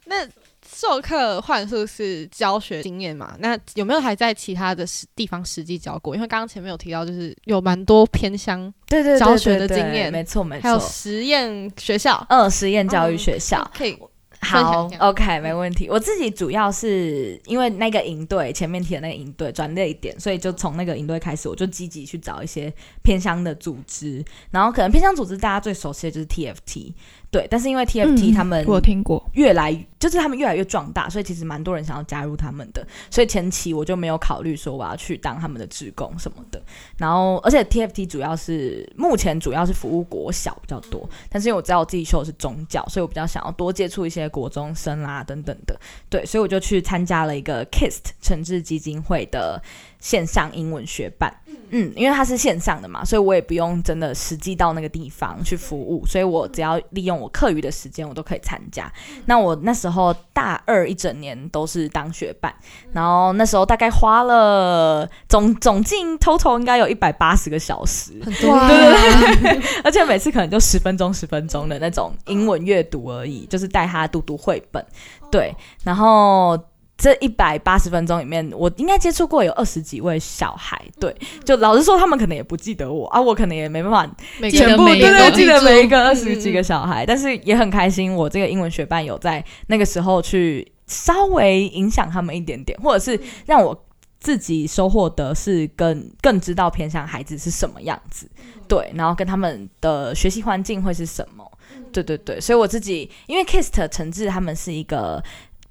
[SPEAKER 4] 那授课幻术是教学经验嘛？那有没有还在其他的实地方实际教过？因为刚刚前面有提到，就是有蛮多偏乡，
[SPEAKER 3] 对对
[SPEAKER 4] 对教学的经验
[SPEAKER 3] 没错没
[SPEAKER 4] 还有
[SPEAKER 3] 错。
[SPEAKER 4] 实验学校，
[SPEAKER 3] 嗯，实验教育学校，
[SPEAKER 4] 可以哦分享
[SPEAKER 3] 好
[SPEAKER 4] 一下
[SPEAKER 3] ，OK，没问题。我自己主要是因为那个营队前面提的那个营队转类点，所以就从那个营队开始，我就积极去找一些偏乡的组织。然后可能偏乡组织大家最熟悉的就是 TFT，对。但是因为 TFT
[SPEAKER 1] 嗯
[SPEAKER 3] 他们
[SPEAKER 1] 我有听过，
[SPEAKER 3] 越来就是他们越来越壮大，所以其实蛮多人想要加入他们的。所以前期我就没有考虑说我要去当他们的职工什么的。然后，而且 TFT 主要是目前主要是服务国小比较多，但是因为我知道我自己修的是宗教，所以我比较想要多接触一些国中啊生啦等等的。对，所以我就去参加了一个 KIST 诚志基金会的线上英文学办，嗯，因为它是线上的嘛，所以我也不用真的实际到那个地方去服务，所以我只要利用我课余的时间，我都可以参加。那我那时候大二一整年都是当学办，然后那时候大概花了总总计 total 应该有一百八十个小时，
[SPEAKER 4] 很
[SPEAKER 1] 哇，
[SPEAKER 4] 对
[SPEAKER 3] 而且每次可能就十分钟、十分钟的那种英文阅读而已，就是带他读读绘本，对。然后这一百八十分钟里面，我应该接触过有二十几位小孩，对。就老实说，他们可能也不记得我啊，我可能也没办法
[SPEAKER 1] 每个
[SPEAKER 3] 全
[SPEAKER 1] 人
[SPEAKER 3] 部
[SPEAKER 1] 每
[SPEAKER 3] 对
[SPEAKER 1] 一个
[SPEAKER 3] 对，记得每一个二
[SPEAKER 4] 嗯
[SPEAKER 3] 十几个小孩，但是也很开心，我这个英文学伴有在那个时候去稍微影响他们一点点，或者
[SPEAKER 1] 嗯
[SPEAKER 3] 是让我自己收获的是更更知道偏向孩子是什么样子，
[SPEAKER 1] 嗯
[SPEAKER 3] 对，然后跟他们的学习环境会是什么，
[SPEAKER 1] 嗯
[SPEAKER 3] 对对对，所以我自己因为 Kist 陈志他们是一个。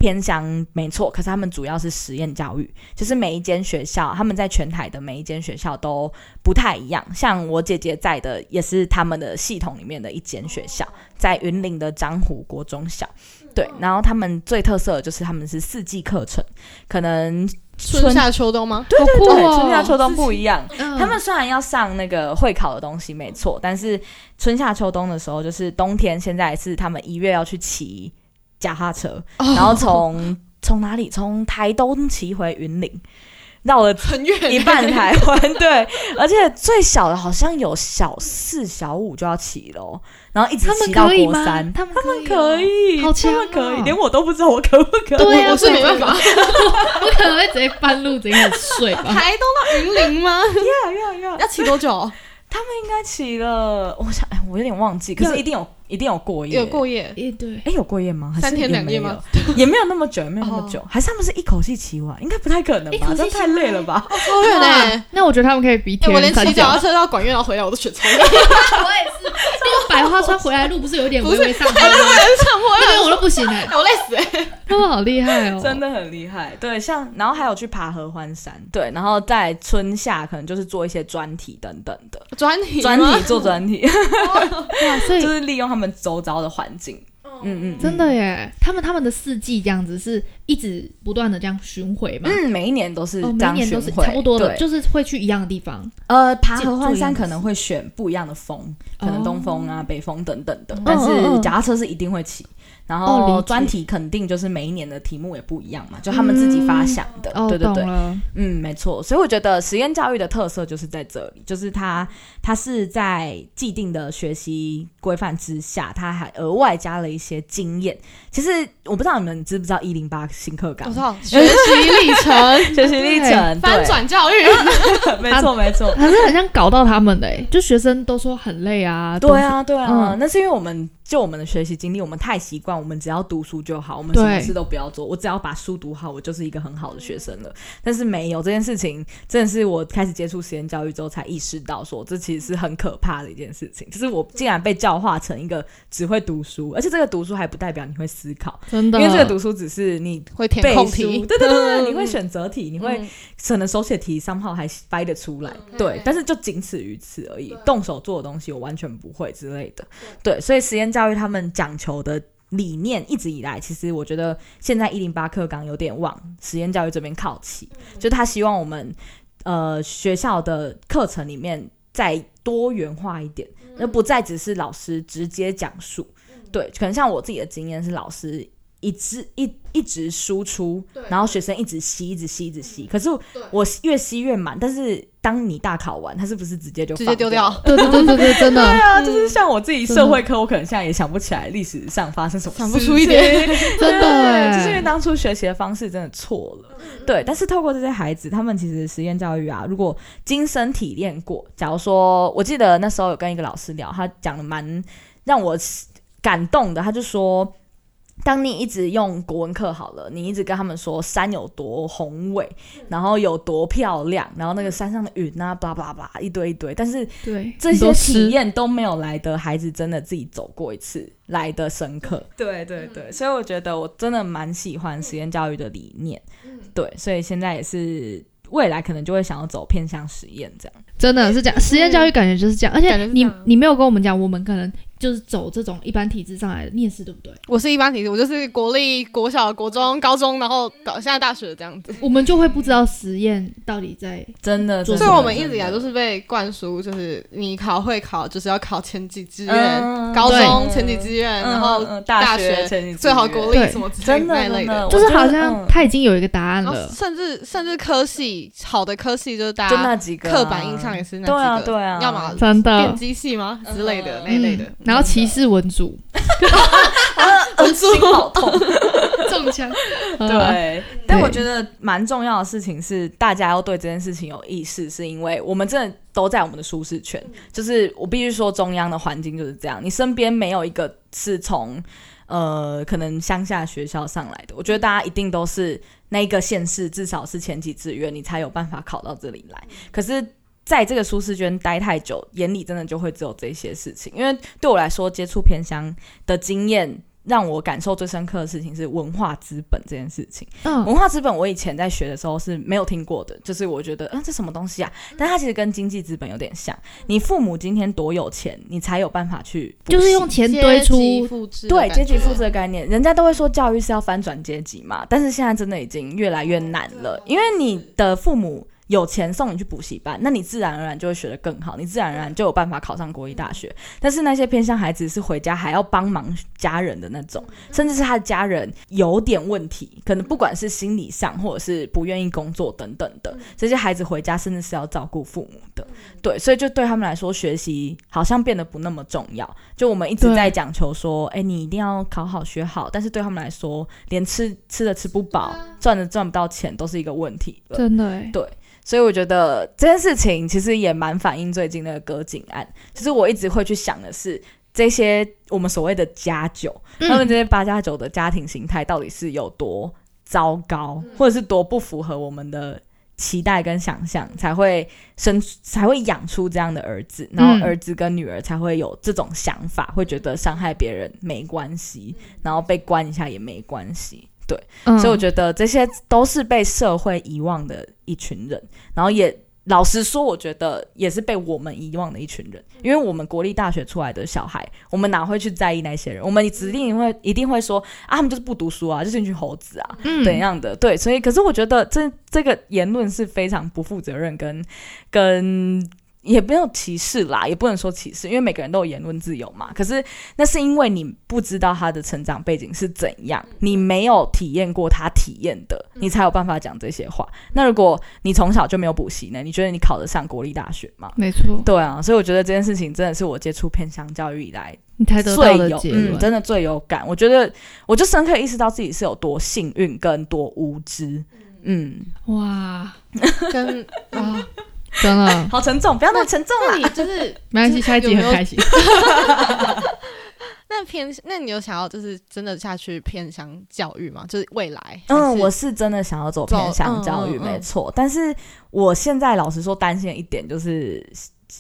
[SPEAKER 3] 偏乡没错，可是他们主要是实验教育，就是每一间学校，他们在全台的每一间学校都不太一样。像我姐姐在的也是他们的系统里面的一间学校，在云林的张湖国中小。对，然后他们最特色的就是他们是四季课程，可能
[SPEAKER 4] 春夏秋冬吗？
[SPEAKER 1] 好酷
[SPEAKER 3] 对啊
[SPEAKER 1] 哦
[SPEAKER 3] 春夏秋冬不一样。
[SPEAKER 1] 嗯
[SPEAKER 3] 他们虽然要上那个会考的东西，没错，但是春夏秋冬的时候，就是冬天，现在是他们一月要去骑脚踏车，然后从从哪里？从台东骑回云林，绕了
[SPEAKER 4] 很 远
[SPEAKER 3] 一半台湾，对，而且最小的好像有小四、小五就要骑了哦，然后一直
[SPEAKER 1] 他们
[SPEAKER 3] 骑到
[SPEAKER 1] 可以
[SPEAKER 3] 国
[SPEAKER 1] 吗？
[SPEAKER 3] 三，
[SPEAKER 1] 他们他们
[SPEAKER 3] 可以，
[SPEAKER 1] 好
[SPEAKER 3] 他
[SPEAKER 1] 强
[SPEAKER 3] 们可以，
[SPEAKER 1] 哦
[SPEAKER 3] 连我都不知道我可不可以。
[SPEAKER 1] 对啊，
[SPEAKER 4] 我是没办法，
[SPEAKER 1] 我可能会直接半路直接开始睡 吧。
[SPEAKER 4] 台东到云林吗？
[SPEAKER 3] 呀呀呀！
[SPEAKER 4] 要骑多 久？
[SPEAKER 3] 他们应该骑了，我想，哎，我有点忘记，可是一定有，一定有过夜，
[SPEAKER 4] 有过夜？
[SPEAKER 1] 也对，
[SPEAKER 3] 哎，有过夜吗？还是
[SPEAKER 4] 三天
[SPEAKER 3] 也
[SPEAKER 4] 两
[SPEAKER 3] 没
[SPEAKER 4] 夜
[SPEAKER 3] 有
[SPEAKER 4] 吗？
[SPEAKER 3] 也没有那么久，也没有那么久，还是他们是一口气骑完？应该不太可能
[SPEAKER 1] 哦一
[SPEAKER 3] 吧
[SPEAKER 1] 口？气
[SPEAKER 3] 这太
[SPEAKER 1] 骑完
[SPEAKER 3] 累了吧？
[SPEAKER 4] 好远
[SPEAKER 3] 欸
[SPEAKER 4] 哎！
[SPEAKER 1] 那啊我觉得他们可以比
[SPEAKER 4] 哎，
[SPEAKER 1] 铁
[SPEAKER 4] 我连
[SPEAKER 1] 人三
[SPEAKER 4] 骑脚踏
[SPEAKER 1] 角。
[SPEAKER 4] 车到管院然后回来我都选超 远，
[SPEAKER 1] 我也是，那个百花川回来路不是有点微微上 坡吗？
[SPEAKER 4] 上坡
[SPEAKER 1] 那边我都不行哎，
[SPEAKER 4] 我累死哎！
[SPEAKER 1] 他们好厉害哦！
[SPEAKER 3] 真的很厉害。对，像然后还有去爬合欢山，对，然后在春夏可能就是做一些专题等等的，
[SPEAKER 4] 专题
[SPEAKER 3] 专
[SPEAKER 4] 吗
[SPEAKER 3] 题做专题，
[SPEAKER 1] 哇，所以
[SPEAKER 3] 就是利用他们周遭的环境。嗯嗯，
[SPEAKER 1] 真的耶，他们他们的四季这样子是一直不断的这样巡回嘛？
[SPEAKER 3] 嗯，每一年都是
[SPEAKER 1] 哦，
[SPEAKER 3] 这
[SPEAKER 1] 每
[SPEAKER 3] 样
[SPEAKER 1] 年
[SPEAKER 3] 巡
[SPEAKER 1] 都是
[SPEAKER 3] 回
[SPEAKER 1] 差不多的，
[SPEAKER 3] 对
[SPEAKER 1] 就是会去一样的地方。
[SPEAKER 3] 呃，爬合
[SPEAKER 1] 做
[SPEAKER 3] 欢
[SPEAKER 1] 一样
[SPEAKER 3] 山
[SPEAKER 1] 的
[SPEAKER 3] 可能会选不一样的风，可能东风啊、北风等等的，但
[SPEAKER 1] 哦嗯
[SPEAKER 3] 是
[SPEAKER 1] 嗯
[SPEAKER 3] 脚踏车是一定会骑。然
[SPEAKER 1] 哦理
[SPEAKER 3] 后
[SPEAKER 1] 解
[SPEAKER 3] 专题肯定就是每一年的题目也不一样嘛，就他们自己发想的，
[SPEAKER 1] 哦，
[SPEAKER 3] 对对
[SPEAKER 1] 懂
[SPEAKER 3] 对。
[SPEAKER 1] 了，
[SPEAKER 3] 嗯，没错，所以我觉得实验教育的特色就是在这里，就是它它是在既定的学习规范之下，它还额外加了一些经验。其实我不知道你们知不知道一零八新课
[SPEAKER 4] 我
[SPEAKER 3] 纲
[SPEAKER 4] 知道学习历程
[SPEAKER 3] 学习历程，
[SPEAKER 4] 翻
[SPEAKER 3] 对，
[SPEAKER 4] 转教育，
[SPEAKER 3] 没错没错，
[SPEAKER 1] 可是很像搞到他们的欸，就学生都说很累啊，
[SPEAKER 3] 对啊对啊
[SPEAKER 1] 嗯，
[SPEAKER 3] 那是因为我们就我们的学习经历，我们太习惯，我们只要读书就好，我们
[SPEAKER 1] 对
[SPEAKER 3] 什么事都不要做，我只要把书读好，我就是一个很好的学生了。但是没有这件事情，真的是我开始接触实验教育之后才意识到说，这其实是很可怕的一件事情，就是我竟然被教化成一个只会读书，而且这个读书还不代表你会思考，
[SPEAKER 1] 都真
[SPEAKER 3] 因
[SPEAKER 1] 的，
[SPEAKER 3] 为这个读书只是你。
[SPEAKER 4] 会填
[SPEAKER 3] 背
[SPEAKER 4] 空
[SPEAKER 3] 书
[SPEAKER 4] 题，
[SPEAKER 3] 对对对
[SPEAKER 4] 嗯
[SPEAKER 3] 对，你会选择题，你会
[SPEAKER 4] 嗯
[SPEAKER 3] 可能手写题上号还掰得出来，对，但是就仅此于此而已。动手做的东西我完全不会之类的，对，所以实验教育他们讲求的理念一直以来，其实我觉得现在一零八课纲有点往实验教育这边靠齐，就他希望我们呃学校的课程里面再多元化一点，那不再只是老师直接讲述，对，可能像我自己的经验是老师。一直一一直输出，然后学生一直吸，一直吸，一直吸。可是我越吸越满，但是当你大考完，他是不是直接就
[SPEAKER 4] 直
[SPEAKER 3] 放
[SPEAKER 4] 接丢
[SPEAKER 3] 掉
[SPEAKER 4] 掉嗯
[SPEAKER 3] 了？
[SPEAKER 1] 对对对对对，真
[SPEAKER 3] 对
[SPEAKER 1] 的
[SPEAKER 3] 啊，就是像我自己
[SPEAKER 1] 真的
[SPEAKER 3] 社会科，我可能现在也想不起来历史上发生什么事情，
[SPEAKER 4] 想不出一点
[SPEAKER 1] 真的
[SPEAKER 3] 对啊就是因为
[SPEAKER 1] 欸，
[SPEAKER 3] 当初学习的方式真的错了。对，但是透过这些孩子，他们其实实验教育啊，如果亲身体验过，假如说我记得那时候有跟一个老师聊，他讲的蛮让我感动的，他就说。当你一直用国文课好了，你一直跟他们说山有多宏伟，然后有多漂亮，然后那个山上的云啊，巴拉巴拉一堆一堆，但是
[SPEAKER 1] 对
[SPEAKER 3] 这
[SPEAKER 1] 很
[SPEAKER 3] 些
[SPEAKER 1] 多
[SPEAKER 3] 体
[SPEAKER 1] 诗
[SPEAKER 3] 验都没有来的孩子真的自己走过一次来的深刻。对对对，所以我觉得我真的蛮喜欢实验教育的理念。对，所以现在也是未来可能就会想要走偏向实验这样。
[SPEAKER 1] 真的是这样，实验教育感觉就是这样，而且
[SPEAKER 4] 感觉是这
[SPEAKER 1] 你
[SPEAKER 4] 样
[SPEAKER 1] 你没有跟我们讲，我们可能就是走这种一般体制上来的，你也是对不对？
[SPEAKER 4] 我是一般体制，我就是国立、国小、国中、高中，然后到现在大学这样子。
[SPEAKER 1] 我们就会不知道实验到底在
[SPEAKER 3] 真的，
[SPEAKER 1] 所以
[SPEAKER 3] 真
[SPEAKER 4] 所以
[SPEAKER 3] 的
[SPEAKER 4] 我们一直以来
[SPEAKER 3] 真
[SPEAKER 4] 都
[SPEAKER 3] 的
[SPEAKER 4] 是被灌输，就是你考会考，就是要考前几志愿，
[SPEAKER 3] 嗯
[SPEAKER 4] 高中
[SPEAKER 3] 对
[SPEAKER 4] 前几志愿，
[SPEAKER 3] 嗯
[SPEAKER 4] 然后
[SPEAKER 3] 嗯嗯
[SPEAKER 4] 大
[SPEAKER 3] 大
[SPEAKER 4] 学
[SPEAKER 3] 前几志
[SPEAKER 4] 最好
[SPEAKER 3] 愿
[SPEAKER 4] 国立
[SPEAKER 1] 对
[SPEAKER 4] 什么之类
[SPEAKER 3] 真
[SPEAKER 4] 那
[SPEAKER 3] 的
[SPEAKER 4] 一类
[SPEAKER 3] 真
[SPEAKER 4] 的
[SPEAKER 3] 的，。
[SPEAKER 1] 就
[SPEAKER 3] 我
[SPEAKER 1] 是
[SPEAKER 3] 觉得
[SPEAKER 1] 好像
[SPEAKER 3] 嗯
[SPEAKER 1] 他已经有一个答案
[SPEAKER 4] 然后
[SPEAKER 1] 了，
[SPEAKER 4] 甚至甚至科系好的科系，就是大
[SPEAKER 3] 就
[SPEAKER 4] 家
[SPEAKER 3] 那几个啊
[SPEAKER 4] 刻板印象也是那
[SPEAKER 3] 对啊
[SPEAKER 4] 几个，
[SPEAKER 3] 对啊，
[SPEAKER 4] 要么
[SPEAKER 1] 真
[SPEAKER 4] 电
[SPEAKER 1] 的。
[SPEAKER 4] 机系吗之类的
[SPEAKER 3] 嗯
[SPEAKER 4] 那一类的。
[SPEAKER 1] 嗯然后歧视文组，
[SPEAKER 3] 我心好痛。
[SPEAKER 1] 中 枪。呃，
[SPEAKER 3] 对，但
[SPEAKER 1] 对
[SPEAKER 3] 我觉得蛮重要的事情是，大家要对这件事情有意识，是因为我们真的都在我们的舒适圈。就是我必须说，中央的环境就是这样，你身边没有一个是从呃可能乡下学校上来的。我觉得大家一定都是那一个县市，至少是前几志愿，你才有办法考到这里来。可是。在这个舒适圈待太久，眼里真的就会只有这些事情。因为对我来说，接触偏乡的经验让我感受最深刻的事情是文化资本这件事情。
[SPEAKER 1] 嗯，
[SPEAKER 3] 文化资本我以前在学的时候是没有听过的，就是我觉得，嗯，这什么东西啊？但它其实跟经济资本有点像。你父母今天多有钱，你才有办法去补习，
[SPEAKER 1] 就是用钱堆出
[SPEAKER 4] 复制
[SPEAKER 3] 对阶级复
[SPEAKER 4] 复
[SPEAKER 3] 制的概念。人家都会说教育是要翻转阶级嘛，但是现在真的已经越来越难了，
[SPEAKER 1] 啊
[SPEAKER 3] 因为你的父母。有钱送你去补习班，那你自然而然就会学得更好，你自然而然就有办法考上国立大学。但是那些偏向孩子是回家还要帮忙家人的那种，甚至是他的家人有点问题，可能不管是心理上或者是不愿意工作等等的，这些孩子回家甚至是要照顾父母的。对，所以就对他们来说，学习好像变得不那么重要。就我们一直
[SPEAKER 1] 对
[SPEAKER 3] 在讲求说，哎，你一定要考好学好，但是对他们来说，连吃吃的吃不饱，赚的赚不到钱都是一个问题了。
[SPEAKER 1] 真的哎，
[SPEAKER 3] 所以我觉得这件事情其实也蛮反映最近那个割颈案。就是我一直会去想的是，这些我们所谓的家酒，
[SPEAKER 1] 嗯
[SPEAKER 3] 他们这些八加九的家庭形态到底是有多糟糕，或者是多不符合我们的期待跟想象，才会生才会养出这样的儿子，然后儿子跟女儿才会有这种想法，会觉得伤害别人没关系，然后被关一下也没关系。对，
[SPEAKER 1] 嗯
[SPEAKER 3] 所以我觉得这些都是被社会遗忘的一群人，然后也老实说，我觉得也是被我们遗忘的一群人，因为我们国立大学出来的小孩，我们哪会去在意那些人？我们指定会一定会说啊，他们就是不读书啊，就是一群猴子啊，
[SPEAKER 1] 嗯
[SPEAKER 3] 怎样的？对，所以可是我觉得这这个言论是非常不负责任跟跟。也没有歧视啦，也不能说歧视，因为每个人都有言论自由嘛。可是那是因为你不知道他的成长背景是怎样，你没有体验过他体验的，你才有办法讲这些话。那如果你从小就没有补习呢？你觉得你考得上国立大学吗？
[SPEAKER 1] 没错，
[SPEAKER 3] 对啊，所以我觉得这件事情真的是我接触偏向教育以来
[SPEAKER 1] 你才得到
[SPEAKER 3] 最
[SPEAKER 1] 的
[SPEAKER 3] 有
[SPEAKER 1] 结
[SPEAKER 3] 嗯，
[SPEAKER 1] 论。
[SPEAKER 3] 真的最有感。我觉得我就深刻意识到自己是有多幸运跟多无知。嗯，
[SPEAKER 1] 哇，
[SPEAKER 4] 跟啊，
[SPEAKER 1] 真的
[SPEAKER 3] 好沉重，不要那么沉重
[SPEAKER 4] 那
[SPEAKER 3] 啦。嗯
[SPEAKER 4] 你就是
[SPEAKER 1] 没关系，下一集
[SPEAKER 4] 有没
[SPEAKER 1] 很
[SPEAKER 4] 有
[SPEAKER 1] 开心。
[SPEAKER 4] 那偏，那你有想要就是真的下去偏向教育吗？就是未来？还
[SPEAKER 3] 嗯，
[SPEAKER 4] 是
[SPEAKER 3] 我是真的想要走偏向教
[SPEAKER 4] 走嗯
[SPEAKER 3] 育，
[SPEAKER 4] 嗯嗯
[SPEAKER 3] 没错。但是我现在老实说，担心的一点就是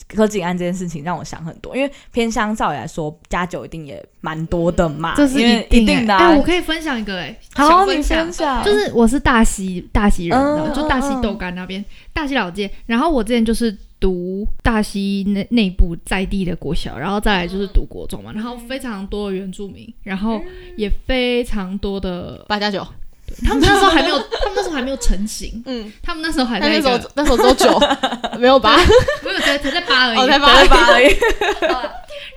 [SPEAKER 3] 柯景安这件事情让我想很多，因为偏向照理来说，家酒一定也蛮多的嘛，
[SPEAKER 1] 嗯这是
[SPEAKER 3] 因为
[SPEAKER 1] 定
[SPEAKER 3] 一
[SPEAKER 1] 欸
[SPEAKER 3] 定的、
[SPEAKER 1] 哎、
[SPEAKER 3] 啊
[SPEAKER 1] 我。可以分享一个哎、
[SPEAKER 3] 好，
[SPEAKER 1] 想
[SPEAKER 3] 你
[SPEAKER 1] 分享
[SPEAKER 3] 分享，
[SPEAKER 1] 就是我是大溪大溪人
[SPEAKER 4] 哦
[SPEAKER 1] 的，
[SPEAKER 3] 嗯
[SPEAKER 1] 就大溪豆干那边，大溪老街。然后我之前就是读大溪内内部在地的国小，然后再来就是读国中
[SPEAKER 4] 嗯
[SPEAKER 1] 嘛，然后非常多的原住民，然后也非常多的，
[SPEAKER 4] 八加九，
[SPEAKER 1] 他们那时候还没有，他们那时候还没有成型，
[SPEAKER 4] 嗯，
[SPEAKER 1] 他们那时候还
[SPEAKER 4] 但
[SPEAKER 1] 在
[SPEAKER 4] 那
[SPEAKER 1] 一
[SPEAKER 4] 时
[SPEAKER 1] 个
[SPEAKER 4] 候那时候只有九， 没有八，
[SPEAKER 1] 没有才才在八而已，
[SPEAKER 4] 哦才八
[SPEAKER 3] 对吧？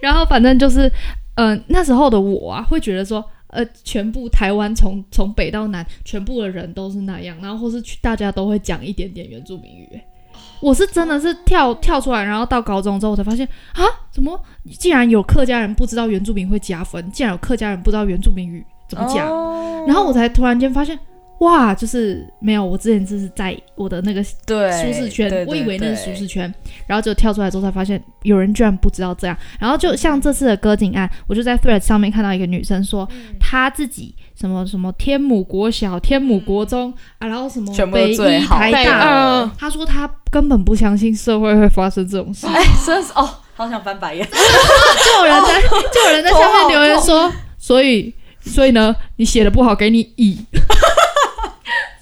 [SPEAKER 1] 然后反正就是，嗯、那时候的我啊，会觉得说，呃，全部台湾从从北到南，全部的人都是那样，然后或是去大家都会讲一点点原住民语。欸我是真的是跳跳出来，然后到高中之后，我才发现啊，怎么竟然有客家人不知道原住民会加分，竟然有客家人不知道原住民语怎么讲，
[SPEAKER 3] 哦
[SPEAKER 1] 然后我才突然间发现，哇，就是没有，我之前就是在我的那个
[SPEAKER 3] 对
[SPEAKER 1] 舒适圈，
[SPEAKER 3] 对
[SPEAKER 1] 我以为那是舒
[SPEAKER 3] 对
[SPEAKER 1] 适圈，然后就跳出来之后才发现，有人居然不知道这样。然后就
[SPEAKER 3] 嗯
[SPEAKER 1] 像这次的割颈案，我就在 Thread 上面看到一个女生说，
[SPEAKER 3] 嗯
[SPEAKER 1] 她自己什么什么天母国小、天母国中、啊，然后什么
[SPEAKER 3] 嗯全部都
[SPEAKER 1] 北
[SPEAKER 3] 最
[SPEAKER 1] 一
[SPEAKER 3] 好
[SPEAKER 1] 台
[SPEAKER 4] 北
[SPEAKER 1] 大，哦
[SPEAKER 4] 二
[SPEAKER 1] 她说她根本不相信社会会发生这种事。
[SPEAKER 3] 哎，真的是哦，好想翻白眼。
[SPEAKER 1] 就有人在，就有人在下面留言 说，所以所以呢，你写的不好，给你乙。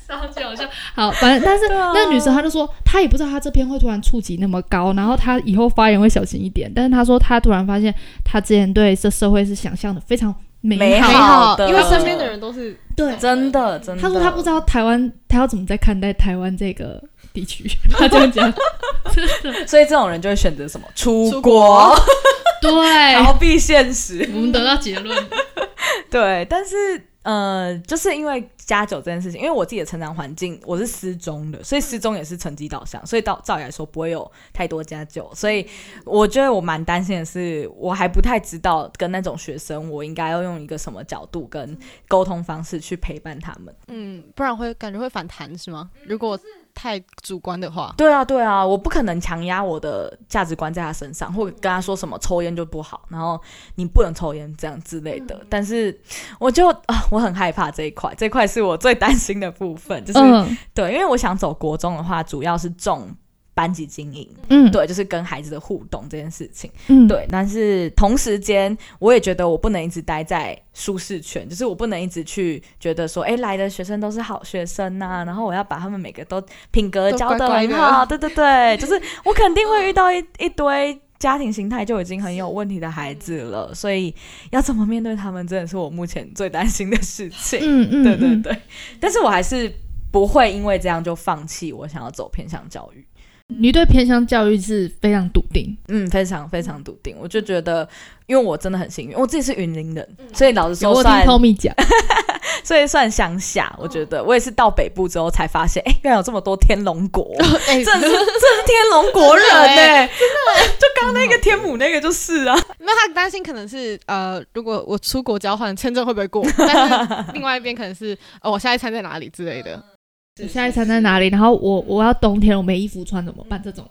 [SPEAKER 1] 然后级好笑。好，反正但是
[SPEAKER 3] 嗯
[SPEAKER 1] 那个女生她就说，她也不知道她这篇会突然触及那么高，然后她以后发言会小心一点。但是她说她突然发现，她之前对这社会是想象的非常美
[SPEAKER 3] 美
[SPEAKER 1] 好。
[SPEAKER 3] 好的，
[SPEAKER 4] 因为身边的人都是
[SPEAKER 1] 对，
[SPEAKER 3] 真的真的，
[SPEAKER 1] 她说她不知道台湾，她要怎么在看待台湾这个地区。 她这样讲，
[SPEAKER 3] 所以这种人就会选择什么出
[SPEAKER 4] 出
[SPEAKER 3] 国
[SPEAKER 4] 国，
[SPEAKER 1] 对，
[SPEAKER 3] 逃避现实。
[SPEAKER 1] 我们得到结论，
[SPEAKER 3] 对，但是呃，就是因为加九这件事情，因为我自己的成长环境我是失中的，所以失中也是成绩导向，所以到照理来说不会有太多加九，所以我觉得我蛮担心的是，我还不太知道跟那种学生，我应该要用一个什么角度跟沟通方式去陪伴他们。
[SPEAKER 4] 嗯，不然会感觉会反弹是吗？如果太主观的话，
[SPEAKER 3] 对啊，对啊，我不可能强压我的价值观在他身上，或者跟他说什么抽烟就不好，然后你不能抽烟这样之类的。但是我就啊，我很害怕这一块，这一块是我最担心的部分，就是、
[SPEAKER 1] 嗯
[SPEAKER 3] 对，因为我想走国中的话，主要是重班级经营，
[SPEAKER 1] 嗯，
[SPEAKER 3] 对，就是跟孩子的互动这件事情。
[SPEAKER 1] 嗯，
[SPEAKER 3] 对，但是同时间，我也觉得我不能一直待在舒适圈，就是我不能一直去觉得说，哎、来的学生都是好学生呐、然后我要把他们每个都品格
[SPEAKER 4] 都
[SPEAKER 3] 教
[SPEAKER 4] 乖
[SPEAKER 3] 得
[SPEAKER 4] 乖
[SPEAKER 3] 很
[SPEAKER 4] 的
[SPEAKER 3] 好，对对对，就是我肯定会遇到一 一堆。家庭形态就已经很有问题的孩子了，所以要怎么面对他们，真的是我目前最担心的事情。
[SPEAKER 1] 嗯嗯，
[SPEAKER 3] 对对
[SPEAKER 1] 嗯
[SPEAKER 3] 对，但是我还是不会因为这样就放弃我想要走偏向教育。
[SPEAKER 1] 你对偏向教育是非常笃定，
[SPEAKER 3] 嗯，非常非常笃定，我就觉得，因为我真的很幸运，我自己是云林人，所以老实
[SPEAKER 1] 有
[SPEAKER 3] 说
[SPEAKER 1] 我听
[SPEAKER 3] 算，
[SPEAKER 1] Tommy 讲，
[SPEAKER 3] 所以算乡下。我觉得我也是到北部之后才发现，哎、原来有这么多天龙国，
[SPEAKER 4] 哎、
[SPEAKER 3] 这是这是天龙国人
[SPEAKER 4] 真的
[SPEAKER 3] 呢、
[SPEAKER 4] 欸
[SPEAKER 3] 真的、就刚那个天母那个就是啊，
[SPEAKER 4] 那他担心可能是呃，如果我出国交换，签证会不会过？但 是另外一边可能是呃，我下一餐在哪里之类的，
[SPEAKER 1] 我下一餐在哪里？然后我我要冬天我没衣服穿怎么办？这种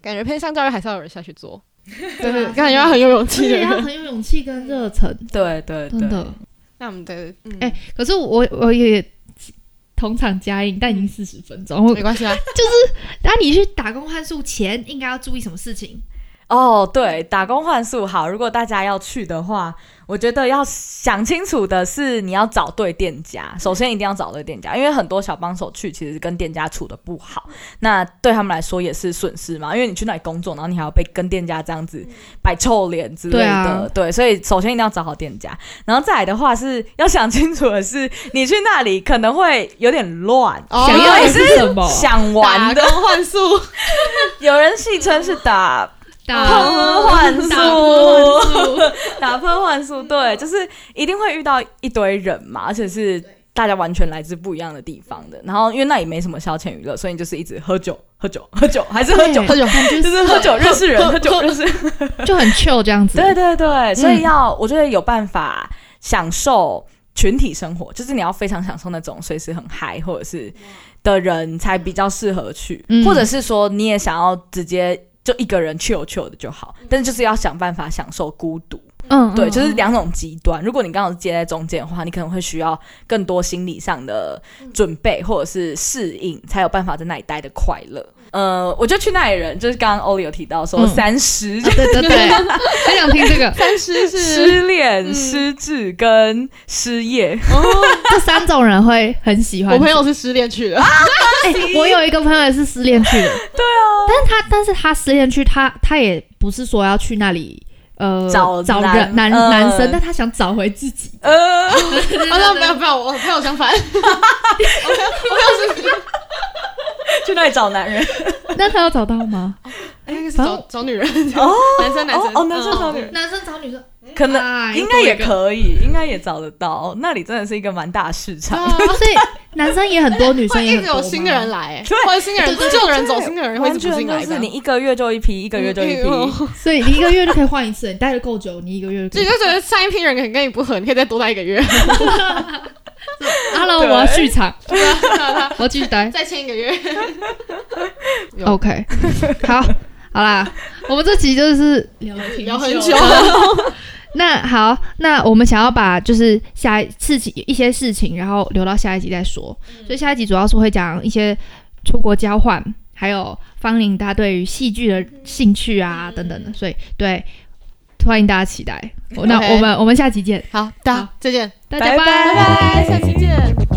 [SPEAKER 4] 感觉偏向教育还是要有人下去做，
[SPEAKER 1] 对
[SPEAKER 4] 就是感觉要很有勇气的
[SPEAKER 1] 对， 要
[SPEAKER 4] 人。
[SPEAKER 1] 很有勇气跟热忱，
[SPEAKER 3] 对对对，
[SPEAKER 1] 真的。
[SPEAKER 4] 那我们的 嗯，
[SPEAKER 1] 哎可是我我也同场加映，
[SPEAKER 3] 嗯
[SPEAKER 1] 但已经四十分钟。我
[SPEAKER 4] 没关系啊，
[SPEAKER 1] 那你去打工换宿前应该要注意什么事情？
[SPEAKER 3] 哦，对，打工换宿好。如果大家要去的话，我觉得要想清楚的是，你要找对店家。首先一定要找对店家，因为很多小帮手去其实跟店家处的不好，那对他们来说也是损失嘛。因为你去那里工作，然后你还要被跟店家这样
[SPEAKER 4] 嗯
[SPEAKER 3] 子摆臭脸之类
[SPEAKER 1] 对
[SPEAKER 3] 的，
[SPEAKER 1] 啊
[SPEAKER 3] 对。所以首先一定要找好店家，然后再来的话是要想清楚的是，你去那里可能会有点乱。
[SPEAKER 4] 哦
[SPEAKER 1] 想要的是什么？
[SPEAKER 3] 想
[SPEAKER 4] 打
[SPEAKER 3] 玩的，
[SPEAKER 4] 工 换宿，
[SPEAKER 3] 有人戏称是打
[SPEAKER 1] 打
[SPEAKER 3] 工换宿
[SPEAKER 1] 打工换宿
[SPEAKER 3] 打破幻术，对，就是一定会遇到一堆人嘛，而且是大家完全来自不一样的地方的。然后因为那也没什么消遣娱乐，所以你就是一直喝酒、喝酒、 喝酒，还是喝酒
[SPEAKER 1] 对，
[SPEAKER 4] 喝酒
[SPEAKER 1] 感觉
[SPEAKER 3] 就是 喝酒认识人，喝酒认识。
[SPEAKER 1] 就很 chill 这样子。
[SPEAKER 3] 对嗯对对，所以要、我觉得有办法享受群体生活，就是你要非常享受那种随时很嗨或者是的人才比较适合去，
[SPEAKER 1] 嗯
[SPEAKER 3] 或者是说你也想要直接就一个人 chill chill 的就好，但是就是要想办法享受孤独。
[SPEAKER 1] 嗯，嗯，
[SPEAKER 3] 对，就是
[SPEAKER 1] 嗯
[SPEAKER 3] 两种极端。如果你刚好是接在中间的话，你可能会需要更多心理上的
[SPEAKER 4] 嗯
[SPEAKER 3] 准备或者是适应，才有办法在那里待的快乐。呃，我觉得去那里的人，就是刚刚欧里有提到说
[SPEAKER 1] 嗯
[SPEAKER 3] 三 十、
[SPEAKER 1] 对对对，很想听这个。
[SPEAKER 4] 三十是
[SPEAKER 3] 失恋、
[SPEAKER 4] 嗯
[SPEAKER 3] 失智跟失业，
[SPEAKER 4] 哦
[SPEAKER 1] 这三种人会很喜欢。
[SPEAKER 4] 我朋友是失恋去 的，
[SPEAKER 1] 哎、我有一个朋友也是失恋去的， 对啊，但是他但是他失恋去，他他也不是说要去那里。呃，
[SPEAKER 3] 找
[SPEAKER 1] 找
[SPEAKER 3] 男
[SPEAKER 1] 人男、呃
[SPEAKER 3] 嗯
[SPEAKER 1] 男生，但他想找回自己。
[SPEAKER 3] 呃，
[SPEAKER 4] 啊，那没有没有，我朋友相反， 我朋友是
[SPEAKER 3] 去那里找男人。
[SPEAKER 1] 那他要找到吗？
[SPEAKER 4] 哎应该是找找女人， 男生男
[SPEAKER 3] 哦
[SPEAKER 4] 生
[SPEAKER 3] 哦，男生
[SPEAKER 4] 嗯
[SPEAKER 3] 找女 人，
[SPEAKER 1] 男生找女生，
[SPEAKER 3] 可能
[SPEAKER 1] 哎
[SPEAKER 3] 应该也
[SPEAKER 1] 多一个
[SPEAKER 3] 可以，应该也找得到。那里真的是一个蛮大的市场。
[SPEAKER 4] 啊
[SPEAKER 1] 哦所以男生也很多，女生
[SPEAKER 4] 会
[SPEAKER 1] 也
[SPEAKER 4] 一
[SPEAKER 1] 很
[SPEAKER 4] 直
[SPEAKER 1] 多
[SPEAKER 4] 有
[SPEAKER 1] 吗。
[SPEAKER 4] 新的人来，哎
[SPEAKER 3] 对
[SPEAKER 4] 或者新的人
[SPEAKER 1] 对对
[SPEAKER 4] 旧的人走，新的人会一
[SPEAKER 3] 完
[SPEAKER 4] 直
[SPEAKER 3] 全
[SPEAKER 4] 不进
[SPEAKER 3] 就
[SPEAKER 4] 来
[SPEAKER 3] 是
[SPEAKER 4] 的。
[SPEAKER 3] 你一个月就一批，一个月就一批，
[SPEAKER 4] 嗯
[SPEAKER 1] 所以你一个月就可以换一次，你待的够久，你一个月就可
[SPEAKER 4] 就
[SPEAKER 1] 以
[SPEAKER 4] 你就觉得上一批人可能跟你不合，你可以再多待一个月，
[SPEAKER 1] Hello，我
[SPEAKER 3] 对
[SPEAKER 1] 要续场， 我要继续待。
[SPEAKER 4] 再签一个月。有
[SPEAKER 1] OK，好， 好啦，我们这集就是聊了挺
[SPEAKER 4] 聊很
[SPEAKER 1] 久
[SPEAKER 4] 久
[SPEAKER 1] 的。那好，那我们想要把就是下一事情一些事情，然后留到下一集再说。所以下一集主要是会讲一些出国交换，还有方玲她对于戏剧的兴趣啊等等的。所以对，欢迎大家期待。那
[SPEAKER 4] OK
[SPEAKER 1] 我们我们下集见，
[SPEAKER 4] 好，大家再见，
[SPEAKER 1] 大家
[SPEAKER 3] 拜拜
[SPEAKER 4] 拜拜，下期见。